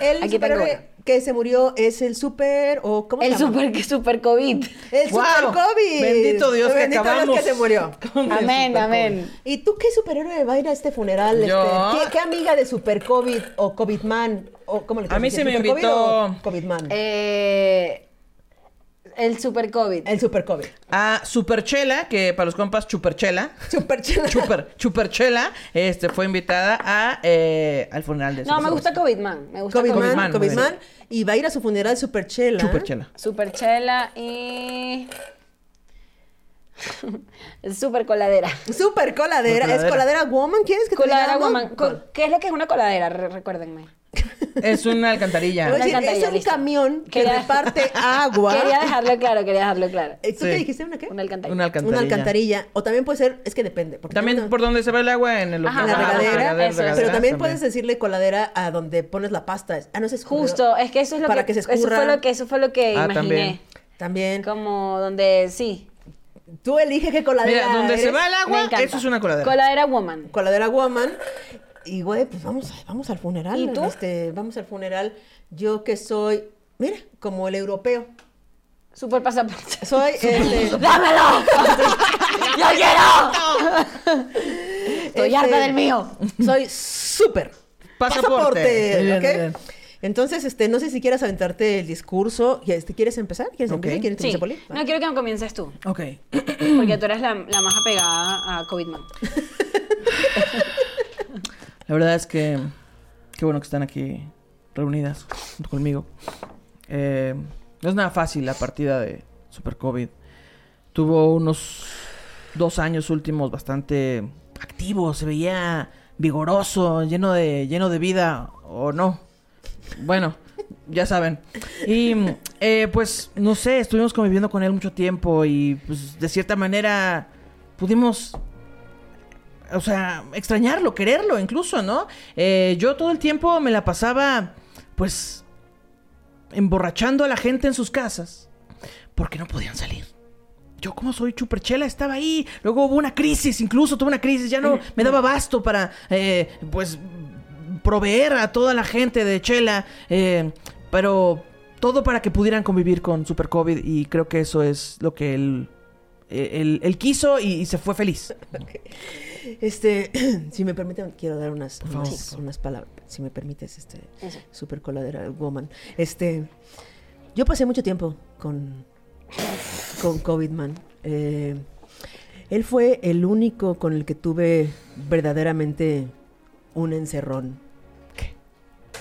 S2: el
S3: Aquí tengo
S2: superhéroe que se murió es el super o cómo se
S3: El
S2: llama?
S3: super, que super COVID.
S2: El
S4: ¡Guau!
S2: super COVID.
S4: Bendito Dios que
S2: Bendito
S4: acabamos.
S2: Dios que se murió.
S4: Con el
S3: Amén,
S4: super
S3: amén.
S4: COVID.
S2: ¿Y tú qué superhéroe va a ir a este funeral?
S4: Yo.
S2: este? ¿Qué, qué amiga de Super COVID o COVID Man? O, ¿cómo le
S4: A mí
S2: quieres
S4: se me
S2: decir? ¿Super
S4: invitó-
S2: COVID o COVID Man.
S3: Eh, el super COVID.
S2: El Super COVID.
S4: A Ah, Superchela, que para los compas, Chuperchela.
S2: Super chido.
S4: Chuper, Chuperchela, este, fue invitada a, eh, al funeral de
S3: No,
S4: Super
S3: me gusta COVID Man. Me gusta
S2: COVID,
S3: COVID,
S4: Covid
S2: Man,
S4: Man, muy
S2: COVID
S4: bien.
S2: Man. Y va a ir a su funeral Super Chela.
S4: Chuperchela.
S3: Super Chela y. super coladera.
S2: Super coladera.
S4: Coladera.
S2: ¿Es coladera woman? ¿Quieres que te
S3: Coladera
S2: digamos?
S3: Woman. Co- ¿Qué es lo que es una coladera? Re- recuérdenme.
S4: Es una alcantarilla.
S2: Te voy a
S3: Una
S2: decir,
S3: alcantarilla,
S2: es un
S3: listo.
S2: camión que
S3: Quería-
S2: reparte agua.
S3: Quería dejarlo claro, quería dejarlo claro.
S2: Eh, ¿Tú
S4: Sí.
S2: qué dijiste? ¿Una qué?
S3: Una alcantarilla.
S4: Una alcantarilla.
S2: Una alcantarilla. O también puede ser, es que depende. porque
S4: También
S2: tengo
S4: por donde se va el agua en el
S3: Ajá,
S2: en la
S3: Ah,
S2: regadera,
S3: regadera, eso es.
S2: Pero también puedes
S4: puede
S2: decirle coladera a donde pones la pasta. Ah, no, ese es escurridor.
S3: Justo, es que eso es lo
S2: Para
S3: que,
S2: que se
S3: eso fue
S2: escurra.
S3: lo que eso fue lo que
S4: Ah,
S3: imaginé.
S4: también.
S2: También.
S3: Como donde sí.
S2: Tú eliges qué coladera
S4: Mira, donde se
S2: eres.
S4: va el
S3: me
S4: agua,
S3: encanta.
S4: eso es una coladera.
S3: Coladera woman.
S2: Coladera woman. Y, güey, pues vamos, vamos al funeral.
S3: ¿Y tú?
S2: Este, vamos al funeral. Yo que soy, mira, como el europeo.
S3: Super pasaporte.
S2: Soy, este,
S3: ¡Dámelo! ¡Yo quiero! Estoy
S2: este,
S3: harta del mío.
S2: Soy súper
S4: Pasaporte.
S2: pasaporte,
S4: Bien,
S2: ¿ok?
S4: bien, bien.
S2: Entonces, este, no sé si quieras aventarte el discurso. Y, Este, ¿Quieres empezar? ¿Quieres
S4: Ok.
S2: empezar? ¿Quieres
S3: Sí.
S2: empezar, Poli?
S3: No quiero que comiences tú,
S4: Ok.
S3: porque tú eres la, la más apegada a COVID man.
S4: La verdad es que qué bueno que están aquí reunidas junto conmigo. Eh, no es nada fácil la partida de Super COVID. Tuvo unos dos años últimos bastante activos, se veía vigoroso, lleno de, lleno de vida, o no. Bueno, ya saben. Y eh, pues, no sé, estuvimos conviviendo con él mucho tiempo y pues de cierta manera pudimos o sea, extrañarlo, quererlo incluso, ¿no? Eh, yo todo el tiempo me la pasaba, pues, emborrachando a la gente en sus casas porque no podían salir. Yo como soy chuperchela estaba ahí. Luego hubo una crisis, incluso tuve una crisis. Ya no me daba abasto para, eh, pues, proveer a toda la gente de chela. eh, pero todo para que pudieran convivir con Super COVID y creo que eso es lo que él, eh, él- él quiso y- y se fue feliz.
S2: Este, si me permiten, quiero dar unas,
S4: favor.
S2: unas, unas palabras. Si me permites, este,
S3: Eso.
S2: super coladera woman. Este, yo pasé mucho tiempo con, con COVID, man. Eh, él fue el único con el que tuve verdaderamente un encerrón.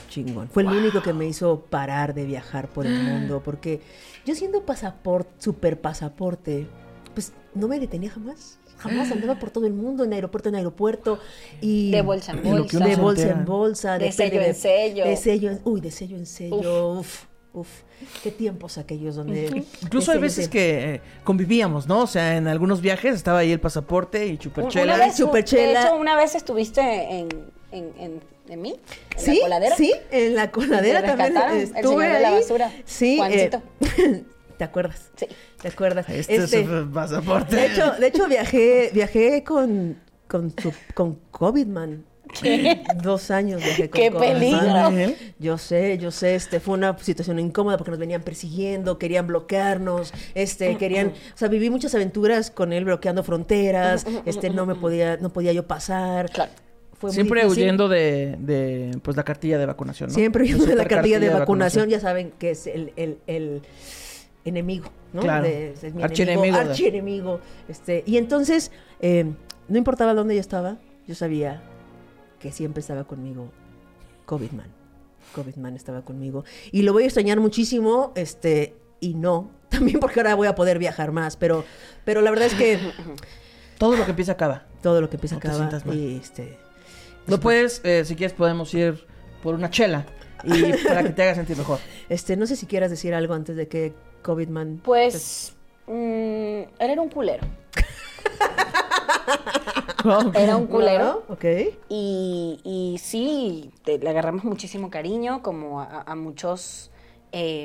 S2: Chingón. Fue el único que me hizo parar de viajar por
S3: Ah.
S2: el mundo, porque yo siendo pasaporte, super pasaporte, pues no me detenía jamás. Jamás andaba por todo el mundo, en aeropuerto, en aeropuerto. Y
S3: Ah. De bolsa en
S4: Y lo que
S3: bolsa.
S4: uno
S2: de
S4: se
S2: bolsa
S4: entera.
S2: en bolsa,
S3: De sello
S2: peli
S3: en sello.
S2: De sello en, uy, de sello en sello. Uf, uf. Qué tiempos aquellos donde.
S4: Incluso hay veces que eh, convivíamos, ¿no? O sea, en algunos viajes estaba ahí el pasaporte y
S3: Una
S2: Oh,
S4: chuperchela.
S3: vez,
S2: superchela.
S3: De hecho, una vez estuviste en, en, en, en mí, en
S2: Sí,
S3: la coladera.
S2: sí, en la coladera
S3: Te
S2: también
S3: rescataron, el
S2: estuve
S3: señor de la
S2: ahí.
S3: basura,
S2: Sí, eh, ¿te acuerdas?
S3: Sí.
S2: ¿Te acuerdas?
S4: Este, es el pasaporte.
S2: de hecho, de hecho viajé, viajé con con su- con COVID man. Dos años viajé con
S3: ¡Qué
S2: COVID, man.
S3: peligro!
S2: Yo sé, yo sé, este fue una situación incómoda porque nos venían persiguiendo, querían bloquearnos, este querían, o sea, viví muchas aventuras con él bloqueando fronteras, este no me podía no podía yo pasar.
S3: Claro.
S2: Fue muy
S4: Siempre
S2: difícil.
S4: huyendo de, de, pues, la cartilla de vacunación, ¿no?
S2: Siempre
S4: La
S2: huyendo de la
S4: supercartilla
S2: cartilla de vacunación, ya saben que es el, el- el enemigo, ¿no?
S4: Claro.
S2: De- es mi
S4: Archienemigo
S2: enemigo,
S4: de-
S2: archienemigo, Este, y entonces, eh, no importaba dónde yo estaba, yo sabía que siempre estaba conmigo COVID man. COVID man estaba conmigo. Y lo voy a extrañar muchísimo, este, y no. También porque ahora voy a poder viajar más, pero, pero la verdad es que
S4: Todo lo que empieza acaba.
S2: todo lo que empieza
S4: No te
S2: acaba
S4: sientas mal.
S2: y este.
S4: No puedes, eh, si quieres, podemos ir por una chela y para que te haga sentir mejor.
S2: Este, no sé si quieras decir algo antes de que COVID man
S3: Pues, mm, él era un culero. Era un culero.
S2: Ok.
S3: Y, y sí, te- le agarramos muchísimo cariño, como a, a muchos, eh,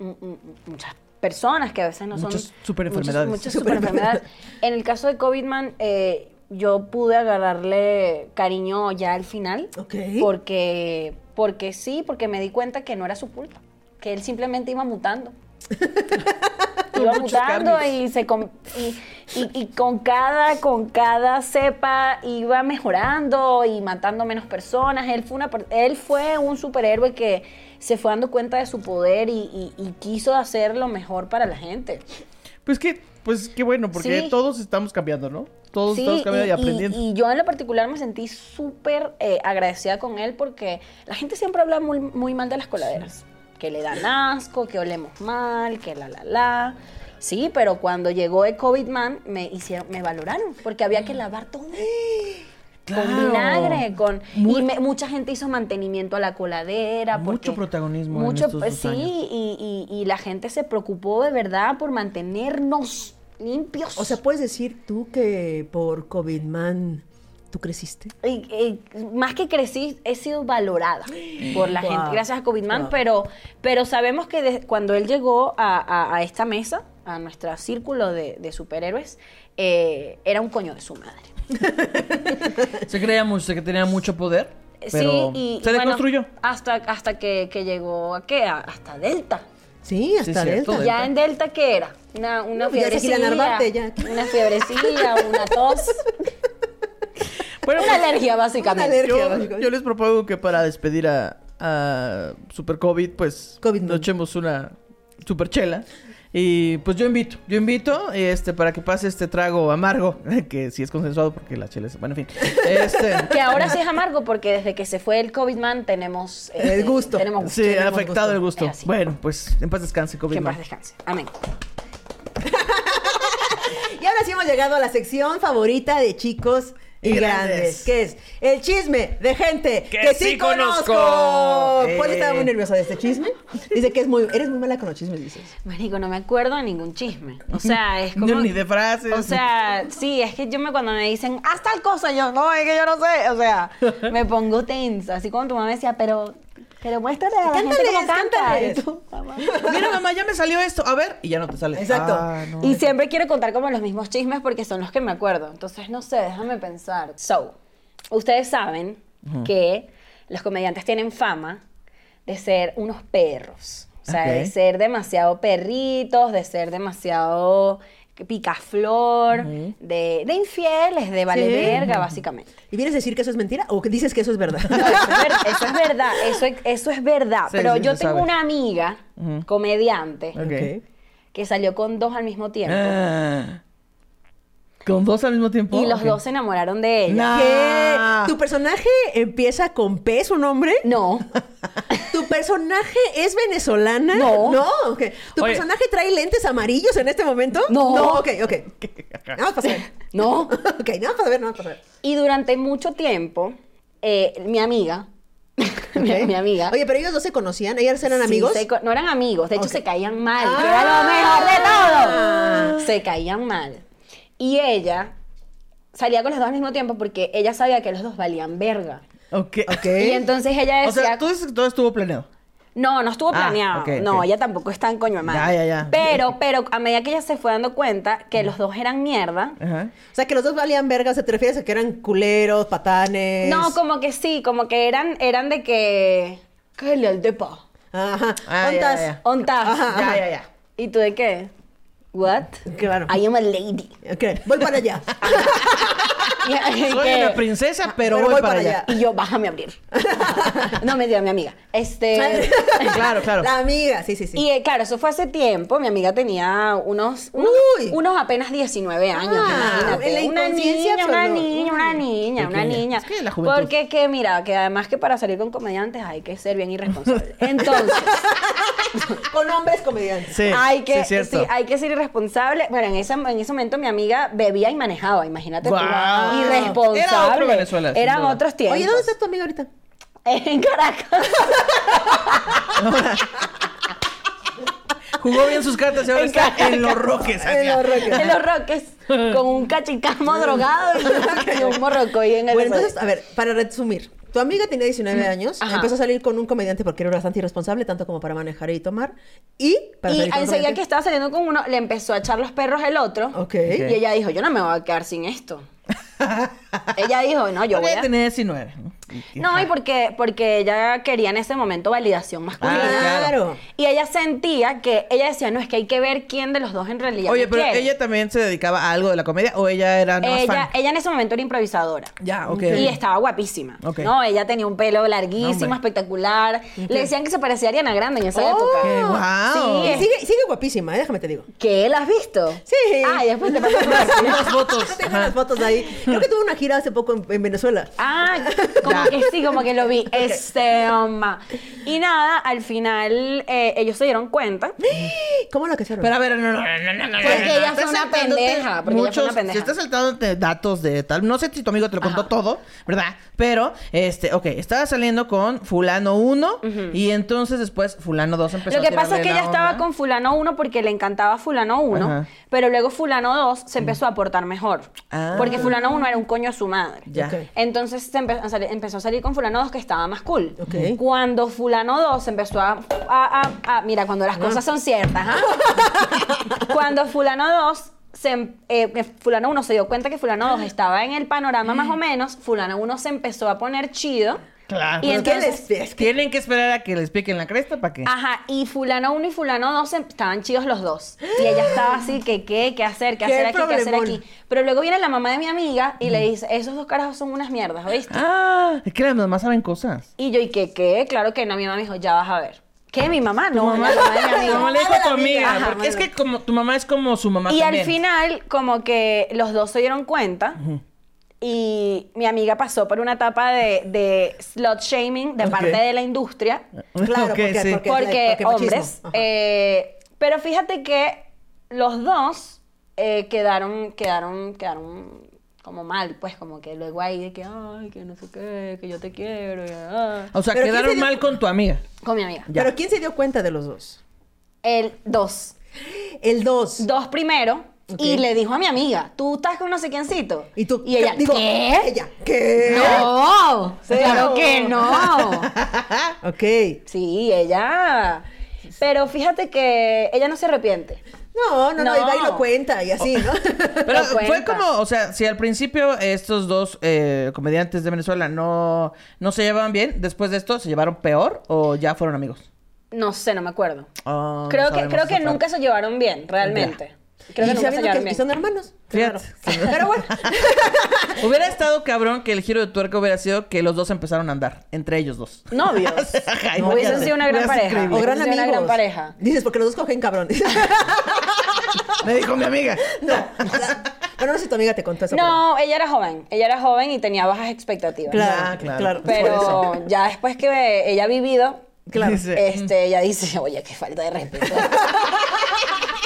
S3: m- m- muchas personas que a veces no
S4: Muchas
S3: son...
S4: superenfermedades.
S3: Muchas, muchas superenfermedades. En el caso de COVIDman, eh, yo pude agarrarle cariño ya al final.
S2: Ok.
S3: Porque, porque sí, porque me di cuenta que no era su culpa, que él simplemente iba mutando. iba
S4: Muchos
S3: mutando
S4: cambios.
S3: y, se com- y, y- y con cada con cada cepa iba mejorando y matando menos personas. Él fue una per- él fue un superhéroe que se fue dando cuenta de su poder y, y- y quiso hacer lo mejor para la gente.
S4: Pues que, pues qué bueno, porque
S3: Sí.
S4: todos estamos cambiando, ¿no? Todos
S3: Sí,
S4: estamos cambiando y, aprendiendo.
S3: y yo en lo particular me sentí súper eh, agradecida con él porque la gente siempre habla muy, muy mal de las coladeras. Que le dan asco, que olemos mal, que la, la, la. Sí, pero cuando llegó el COVID man, me, hicieron, me valoraron porque había que lavar todo.
S4: Claro.
S3: con vinagre, con
S4: Muy-
S3: y me- mucha gente hizo mantenimiento a la coladera,
S4: Mucho
S3: porque- pues
S4: protagonismo en estos dos
S3: sí,
S4: años.
S3: Y, y- y la gente se preocupó de verdad por mantenernos limpios.
S2: O sea, puedes decir tú que por COVID man tú creciste.
S3: Y- y más que crecí, he sido valorada por la
S2: Wow.
S3: gente, gracias a Covidman,
S2: Wow.
S3: pero, pero sabemos que de- cuando él llegó a, a- a esta mesa, a nuestro círculo de, de superhéroes, eh, era un coño de su madre.
S4: Se creía mucho, se tenía mucho poder. Pero
S3: Eh, sí, y
S4: se
S3: bueno,
S4: deconstruyó.
S3: hasta, hasta que, que llegó a qué? A- hasta Delta.
S2: Sí, hasta Delta.
S4: cierto, Delta.
S3: Ya en Delta, ¿qué era? Una, una
S2: No, ya eres
S3: fiebrecilla.
S2: Gila Narvarte, ya.
S3: Una fiebrecilla, una tos.
S4: Bueno,
S3: una
S4: pues,
S3: alergia,
S2: Una
S3: básicamente.
S2: alergia.
S4: yo, yo les propongo que para despedir a, a Super COVID, pues
S2: COVID
S4: nos
S2: man.
S4: echemos una super chela. Y pues yo invito, yo invito este para que pase este trago amargo, que si es consensuado porque la chela es, bueno, en fin. Este,
S3: Que ahora sí es amargo porque desde que se fue el COVID man tenemos
S2: El
S3: este,
S2: gusto.
S3: Tenemos gusto.
S4: sí,
S2: tenemos
S4: ha afectado el
S3: gusto.
S4: gusto.
S3: Es así.
S4: Bueno, pues en paz descanse
S3: Que
S4: COVID.
S3: en
S4: man.
S3: paz descanse. Amén.
S2: Y ahora sí hemos llegado a la sección favorita de chicos y,
S4: Y
S2: grandes,
S4: grandes.
S2: que es el chisme de gente que,
S4: Que
S2: sí,
S4: sí
S2: conozco.
S4: conozco.
S2: Paul
S4: Eh.
S2: estaba muy nerviosa de este chisme. Dice que es muy, eres muy mala con los chismes, dices.
S3: Marico, no me acuerdo de ningún chisme. O sea, es como.
S4: No, ni de frases.
S3: O sea, sí, es que yo me cuando me dicen, haz tal cosa, yo, no, es que yo no sé. O sea, me pongo tensa. Así como tu mamá decía, pero, pero muéstrate a la gente
S2: Cántales,
S3: cómo canta. Y
S2: cántales.
S3: tú, "Mamá".
S4: Mira, mamá, ya me salió esto. A ver, y ya no te sale.
S2: Exacto.
S4: Ah, no.
S3: Y siempre quiero contar como los mismos chismes porque son los que me acuerdo. Entonces, no sé, déjame pensar. So, ustedes saben que los comediantes tienen fama de ser unos perros. O sea, de
S4: Ok.
S3: ser demasiado perritos, de ser demasiado picaflor, de, de infieles, de vale
S2: Sí.
S3: verga, básicamente.
S2: ¿Y vienes a decir que eso es mentira o que dices que eso es verdad?
S3: No, eso, es ver- eso es verdad, eso es, eso es verdad.
S4: Sí,
S3: Pero
S4: sí,
S3: yo
S4: se
S3: tengo
S4: sabe.
S3: una amiga,
S4: Ujú.
S3: comediante,
S4: Ok.
S2: Ok.
S3: que salió con dos al mismo tiempo.
S4: Ah. ¿Con dos al mismo tiempo?
S3: Y los
S4: Ok.
S3: dos se enamoraron de ella.
S4: No.
S2: ¿Qué?
S4: Ah.
S2: ¿Tu personaje empieza con P, su nombre?
S3: No.
S2: ¿Tu personaje es venezolana?
S3: No.
S2: No, ok. ¿Tu
S4: Oye.
S2: personaje trae lentes amarillos en este momento?
S3: No.
S2: No, ok, ok. Nada más para saber.
S3: No.
S2: ok, nada más para ver, nada más para ver.
S3: Y durante mucho tiempo, eh, mi amiga, mi,
S2: Ok.
S3: mi amiga.
S2: Oye, pero ellos no se conocían, ellos eran
S3: sí,
S2: amigos.
S3: se co- no eran amigos, de hecho
S2: Ok.
S3: se caían mal, que
S2: Ah.
S3: era
S4: Ah.
S3: lo mejor de todo. Se caían mal. Y ella salía con los dos al mismo tiempo porque ella sabía que los dos valían verga.
S4: Ok.
S2: Ok.
S3: Y entonces ella decía,
S4: O sea, todo, es- todo estuvo planeado.
S3: No, no estuvo
S4: Ah,
S3: planeado.
S4: ok,
S3: no,
S4: ok.
S3: ella tampoco es tan coño de madre.
S4: Ya, ya, ya.
S3: Pero, pero a medida que ella se fue dando cuenta que los dos eran mierda.
S4: Ajá.
S2: O sea, que los dos valían verga, o sea, te refieres a que eran culeros, patanes.
S3: No, como que sí, como que eran, eran de que. ¿Qué le al depa?
S2: Ajá.
S4: Ah,
S2: Ontas.
S4: ya,
S3: Onta.
S2: Ajá,
S4: Ya, ya, ya.
S3: ¿Y tú de qué? What?
S2: Claro.
S3: I am a lady.
S2: Ok, voy para allá.
S3: Ah, Y-
S4: Soy
S3: que-
S4: una princesa, Ah, pero, voy, para allá.
S3: Y yo, bájame a abrir. no, mentira, mi amiga. Este.
S4: Claro, claro.
S2: La amiga, sí, sí, sí.
S3: Y eh, claro, eso fue hace tiempo. Mi amiga tenía unos, unos,
S2: Uy.
S3: unos apenas 19 años.
S2: Ah,
S3: imagínate.
S2: en la
S3: una
S2: inconsciencia
S3: niña, una
S2: absoluta.
S3: niña, una niña, una
S4: Pequeña.
S3: niña.
S4: Es que la juventud.
S3: Porque que, mira, que además que para salir con comediantes hay que ser bien irresponsable. Entonces,
S2: Con hombres comediantes.
S4: Sí,
S3: hay que,
S4: sí, cierto.
S3: sí, hay que ser irresponsable. Bueno, en ese, en ese momento mi amiga bebía y manejaba, imagínate tú.
S4: Guau.
S3: Irresponsable.
S4: Era otro Venezuela, sin
S3: Eran
S4: duda.
S3: otros tiempos.
S2: Oye, ¿dónde está tu amiga ahorita?
S3: En Caracas.
S4: Jugó bien sus cartas y ahora está en los roques.
S2: En los Roques.
S3: en los Roques. Con un cachicamo drogado y- y un morrocoy en el
S2: Bueno, entonces, a ver, para resumir. Tu amiga tenía 19 años,
S3: Ajá.
S2: empezó a salir con un comediante porque era bastante irresponsable, tanto como para manejar y tomar. Y para
S3: y
S2: salir con un
S3: enseguida que
S2: comediante.
S3: estaba saliendo con uno, le empezó a echar los perros el otro.
S2: Ok.
S3: Y ella dijo, yo no me voy a quedar sin esto. ella dijo, no, yo voy a...
S4: tener 19.
S3: No, y porque, porque ella quería en ese momento validación masculina.
S2: Ah, Claro.
S3: Y ella sentía que, ella decía, no, es que hay que ver quién de los dos en realidad
S4: Oye,
S3: me
S4: pero
S3: quiere".
S4: ella también se dedicaba a algo de la comedia o ella era nada más
S3: ella,
S4: fan.
S3: ella en ese momento era improvisadora.
S4: Ya, ok.
S3: Y estaba guapísima.
S4: Ok.
S3: No, ella tenía un pelo larguísimo,
S4: Hombre.
S3: espectacular. Le decían que se parecía a Ariana Grande en esa
S2: Oh.
S3: época.
S4: Qué guau.
S3: Sí,
S2: Y
S3: es-
S2: sigue, sigue guapísima, eh, déjame te digo.
S3: ¿Qué? ¿La has visto?
S2: Sí.
S3: Ah, y después te paso por
S4: Unas fotos.
S2: Tengo
S4: Ajá.
S2: las fotos ahí. Creo que tuvo una gira hace poco en, en Venezuela.
S3: Ah, con
S4: está.
S3: que sí, como que lo vi. Este, mamá. Y nada, al final eh, ellos se dieron cuenta.
S2: ¿Cómo lo casaron?
S4: Pero a ver, no, no, no, no, no.
S3: Porque ella
S4: Estás
S3: fue una
S4: saltándote
S3: pendeja, porque ella fue
S4: muchos,
S3: una pendeja.
S4: Si estás saltándote datos de tal. No sé si tu amigo te lo contó todo, ¿verdad? Pero, este, ok, estaba saliendo con Fulano 1 y entonces después Fulano 2 empezó
S3: Lo que
S4: a
S3: pasa es que
S4: tirarle
S3: ella
S4: la
S3: estaba
S4: onda.
S3: con fulano 1 porque le encantaba fulano 1,
S4: Ajá.
S3: pero luego fulano 2 se empezó a portar mejor.
S4: Ah.
S3: Porque fulano 1 era un coño a su madre.
S4: Ya.
S2: Ok.
S3: Entonces se empe- a salir- empezó a salir con fulano 2 que estaba más cool.
S2: Ok.
S3: Cuando fulano 2 se empezó a, a- a- a- Mira, cuando las cosas son ciertas. ¿ah? cuando fulano 2... Se, em- eh, que fulano 1 se dio cuenta que Fulano 2 estaba en el panorama
S4: Mm.
S3: más o menos. Fulano 1 se empezó a poner chido.
S4: Claro.
S3: Y
S4: Pero
S2: ¿Qué
S3: entonces,
S2: les es que-
S4: Tienen que esperar a que les piquen la cresta para que.
S3: Ajá, y fulano 1 y fulano 2 estaban chidos los dos. Y ella estaba así, que qué, qué hacer, qué,
S2: Qué
S3: hacer aquí, qué hacer
S2: problemón.
S3: aquí. Pero luego viene la mamá de mi amiga y le dice, esos dos carajos son unas mierdas, ¿oíste?
S4: Ah, es que las mamás saben cosas.
S3: Y yo, ¿y qué, qué? Claro que no, mi mamá me dijo, ya vas a ver. ¿Qué? ¿Mi mamá? No,
S4: mamá,
S3: la mamá de mi
S4: tu
S3: amiga.
S4: mamá le dijo a tu amiga.
S3: Ajá,
S4: porque es que como tu mamá es como su mamá
S3: Y al
S4: también.
S3: final, como que los dos se dieron cuenta. Y mi amiga pasó por una etapa de, de slot shaming de
S4: Ok.
S3: parte de la industria.
S2: Claro,
S4: Ok,
S2: porque-
S4: sí.
S2: porque-
S3: Porque,
S2: porque machismo.
S3: hombres.
S2: Ajá.
S3: eh, pero fíjate que los dos eh, quedaron, quedaron, quedaron como mal, pues, como que luego ahí de que, ay, que no sé qué, que yo te quiero, y, ah",
S4: O sea,
S2: Pero ¿quién
S4: quedaron
S2: se dio-
S4: mal con tu amiga.
S3: con mi amiga.
S4: Ya.
S2: Pero ¿quién se dio cuenta de los dos?
S3: El dos.
S2: El dos.
S3: Dos primero.
S2: Ok.
S3: Y le dijo a mi amiga, tú estás con no sé quiéncito.
S2: Y tú.
S3: Y ella,
S2: digo,
S3: ¿qué?
S2: Ella. ¿Qué?
S3: No,
S2: Sí.
S3: claro que no.
S2: Ok.
S3: Sí, ella. Pero fíjate que ella no se arrepiente.
S2: No, no, no,
S3: No. Oh.
S2: y va y lo cuenta y así, ¿no?
S4: Pero
S3: Lo
S4: fue
S3: cuenta.
S4: como, o sea, si al principio estos dos eh, comediantes de Venezuela no, no se llevaban bien, después de esto se llevaron peor o ya fueron amigos.
S3: No sé, no me acuerdo.
S4: Ah, no
S3: creo que,
S4: sabemos
S3: creo que
S4: esa
S3: nunca se llevaron bien, realmente. Creo
S2: y
S3: que nunca se
S2: sabiendo
S3: llevaron
S2: que,
S3: bien.
S2: son hermanos.
S4: Fíjate.
S2: Claro. Pero bueno.
S4: parte. Hubiera estado cabrón que el giro de tuerca hubiera sido que los dos empezaron a andar, entre ellos dos.
S3: Novios.
S4: Ajá,
S3: No, hubiesen
S4: imagínate.
S3: sido una gran
S4: Hubiera
S3: pareja.
S4: increíble.
S2: O gran
S3: Hubiesen sido
S2: amigos.
S3: una gran pareja.
S2: Dices, porque los dos cogen cabrón.
S4: Me dijo mi amiga.
S2: no. la- Bueno, no sé si tu amiga te contó eso.
S3: No, ella era joven. Ella era joven y tenía bajas expectativas.
S2: pero-
S4: Ah,
S2: Claro,
S4: claro.
S2: claro.
S3: Pero ya después que ella ha vivido,
S4: Claro. Dice,
S3: este, ella dice, oye, qué falta de respeto.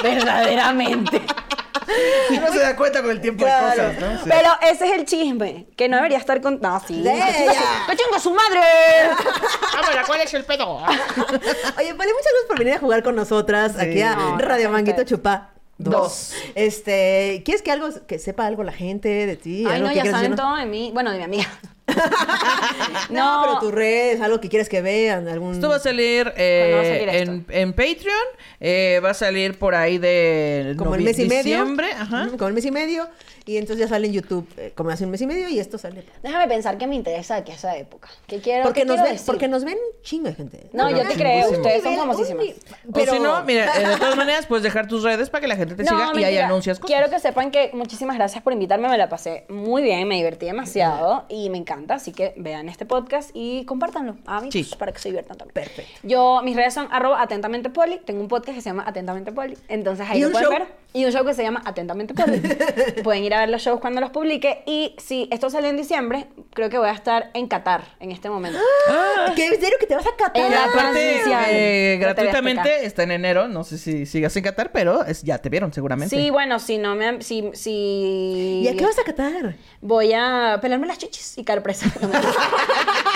S3: Verdaderamente.
S4: uno se da cuenta con el tiempo de cosas, ¿no? Sí.
S3: Pero ese es el chisme, que no debería estar con... No, sí.
S2: De ella.
S3: ¡Que chingo su madre!
S4: Vámonos, ¿cuál es el pedo?
S2: Oye, vale, muchas gracias por venir a jugar con nosotras aquí a
S3: No,
S2: Radio
S3: gracias a
S2: Manguito
S3: ustedes.
S2: Chupá.
S4: Dos.
S2: Dos. Este, ¿quieres que algo, que sepa algo la gente de ti?
S3: Ay,
S2: algo
S3: no,
S2: que
S3: ya
S2: quieras
S3: saben
S2: decirnos?
S3: todo de mí. Bueno, de mi amiga.
S2: No,
S3: No.
S2: pero tus redes, algo que quieres que vean, algún...
S4: Esto va a salir, eh,
S3: ¿Cuándo va a salir esto?
S4: en, en Patreon. eh, va a salir por ahí de
S2: como el
S4: novi-
S2: mes y medio.
S4: diciembre. Ajá.
S2: Ujú, Como el mes y medio. Y entonces ya sale en YouTube eh, como hace un mes y medio y esto sale.
S3: Déjame pensar qué me interesa de aquí a esa época. ¿Qué quiero,
S2: Porque
S3: qué
S2: nos,
S3: quiero
S2: ven,
S3: decir?
S2: porque nos ven un chingo de gente.
S3: No, yo te creo.
S4: Muchísimo.
S3: Ustedes son
S2: Nivel,
S3: famosísimas.
S2: un ni-
S4: O si no, mira, eh, de todas maneras, puedes dejar tus redes para que la gente te siga y ahí
S3: mentira.
S4: anuncias cosas.
S3: Quiero que sepan que muchísimas gracias por invitarme. Me la pasé muy bien, me divertí demasiado y me encanta. Así que vean este podcast y compártanlo a amigos
S4: Sí.
S3: para que se diviertan también.
S2: Perfecto.
S3: Yo, mis redes son arroba atentamente poli. Tengo un podcast que se llama Atentamente Poli. Entonces ahí
S2: Y
S3: lo
S2: un
S3: pueden
S2: show.
S3: ver. Y un show que se llama Atentamente Poli. pueden ir a ver los shows cuando los publique. Y si esto sale en diciembre, creo que voy a estar en Qatar en este momento.
S2: Ah, ¿Qué en serio que te vas a catar?
S3: En la
S4: Ah, Aparte,
S3: transmisión. No te
S4: eh,
S3: voy a
S4: gratuitamente
S3: explicar.
S4: está en enero. No sé si sigas en Qatar, pero es- ya te vieron seguramente.
S3: Sí, bueno, si no me... han- Si, si...
S2: ¿Y a qué vas a catar?
S3: Voy a pelarme las chichis y caer presa. No, mentira.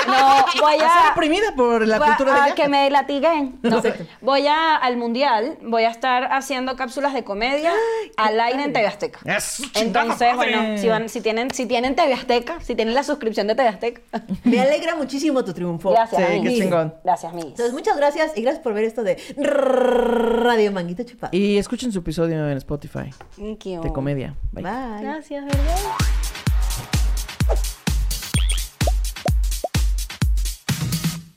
S3: No, voy
S4: A ser
S3: a...
S4: oprimida por la
S3: voy a-
S4: cultura de
S3: a
S4: allá.
S3: que me latiguen. No. Voy a, al mundial, voy a estar haciendo cápsulas de comedia al aire en TV Azteca.
S4: Eso, chingada
S3: Entonces,
S4: madre.
S3: bueno, si, van, si, tienen, si tienen TV Azteca, si tienen la suscripción de TV Azteca.
S2: Me alegra muchísimo tu triunfo.
S3: Gracias,
S4: Sí, qué
S3: amiguis.
S4: chingón.
S3: Gracias, amiguis.
S2: Entonces, muchas gracias y gracias por ver esto de Radio Manguito Chupado.
S4: Y escuchen su episodio en Spotify
S3: Thank you.
S4: de comedia. Bye.
S2: Bye.
S3: Gracias, ¿verdad?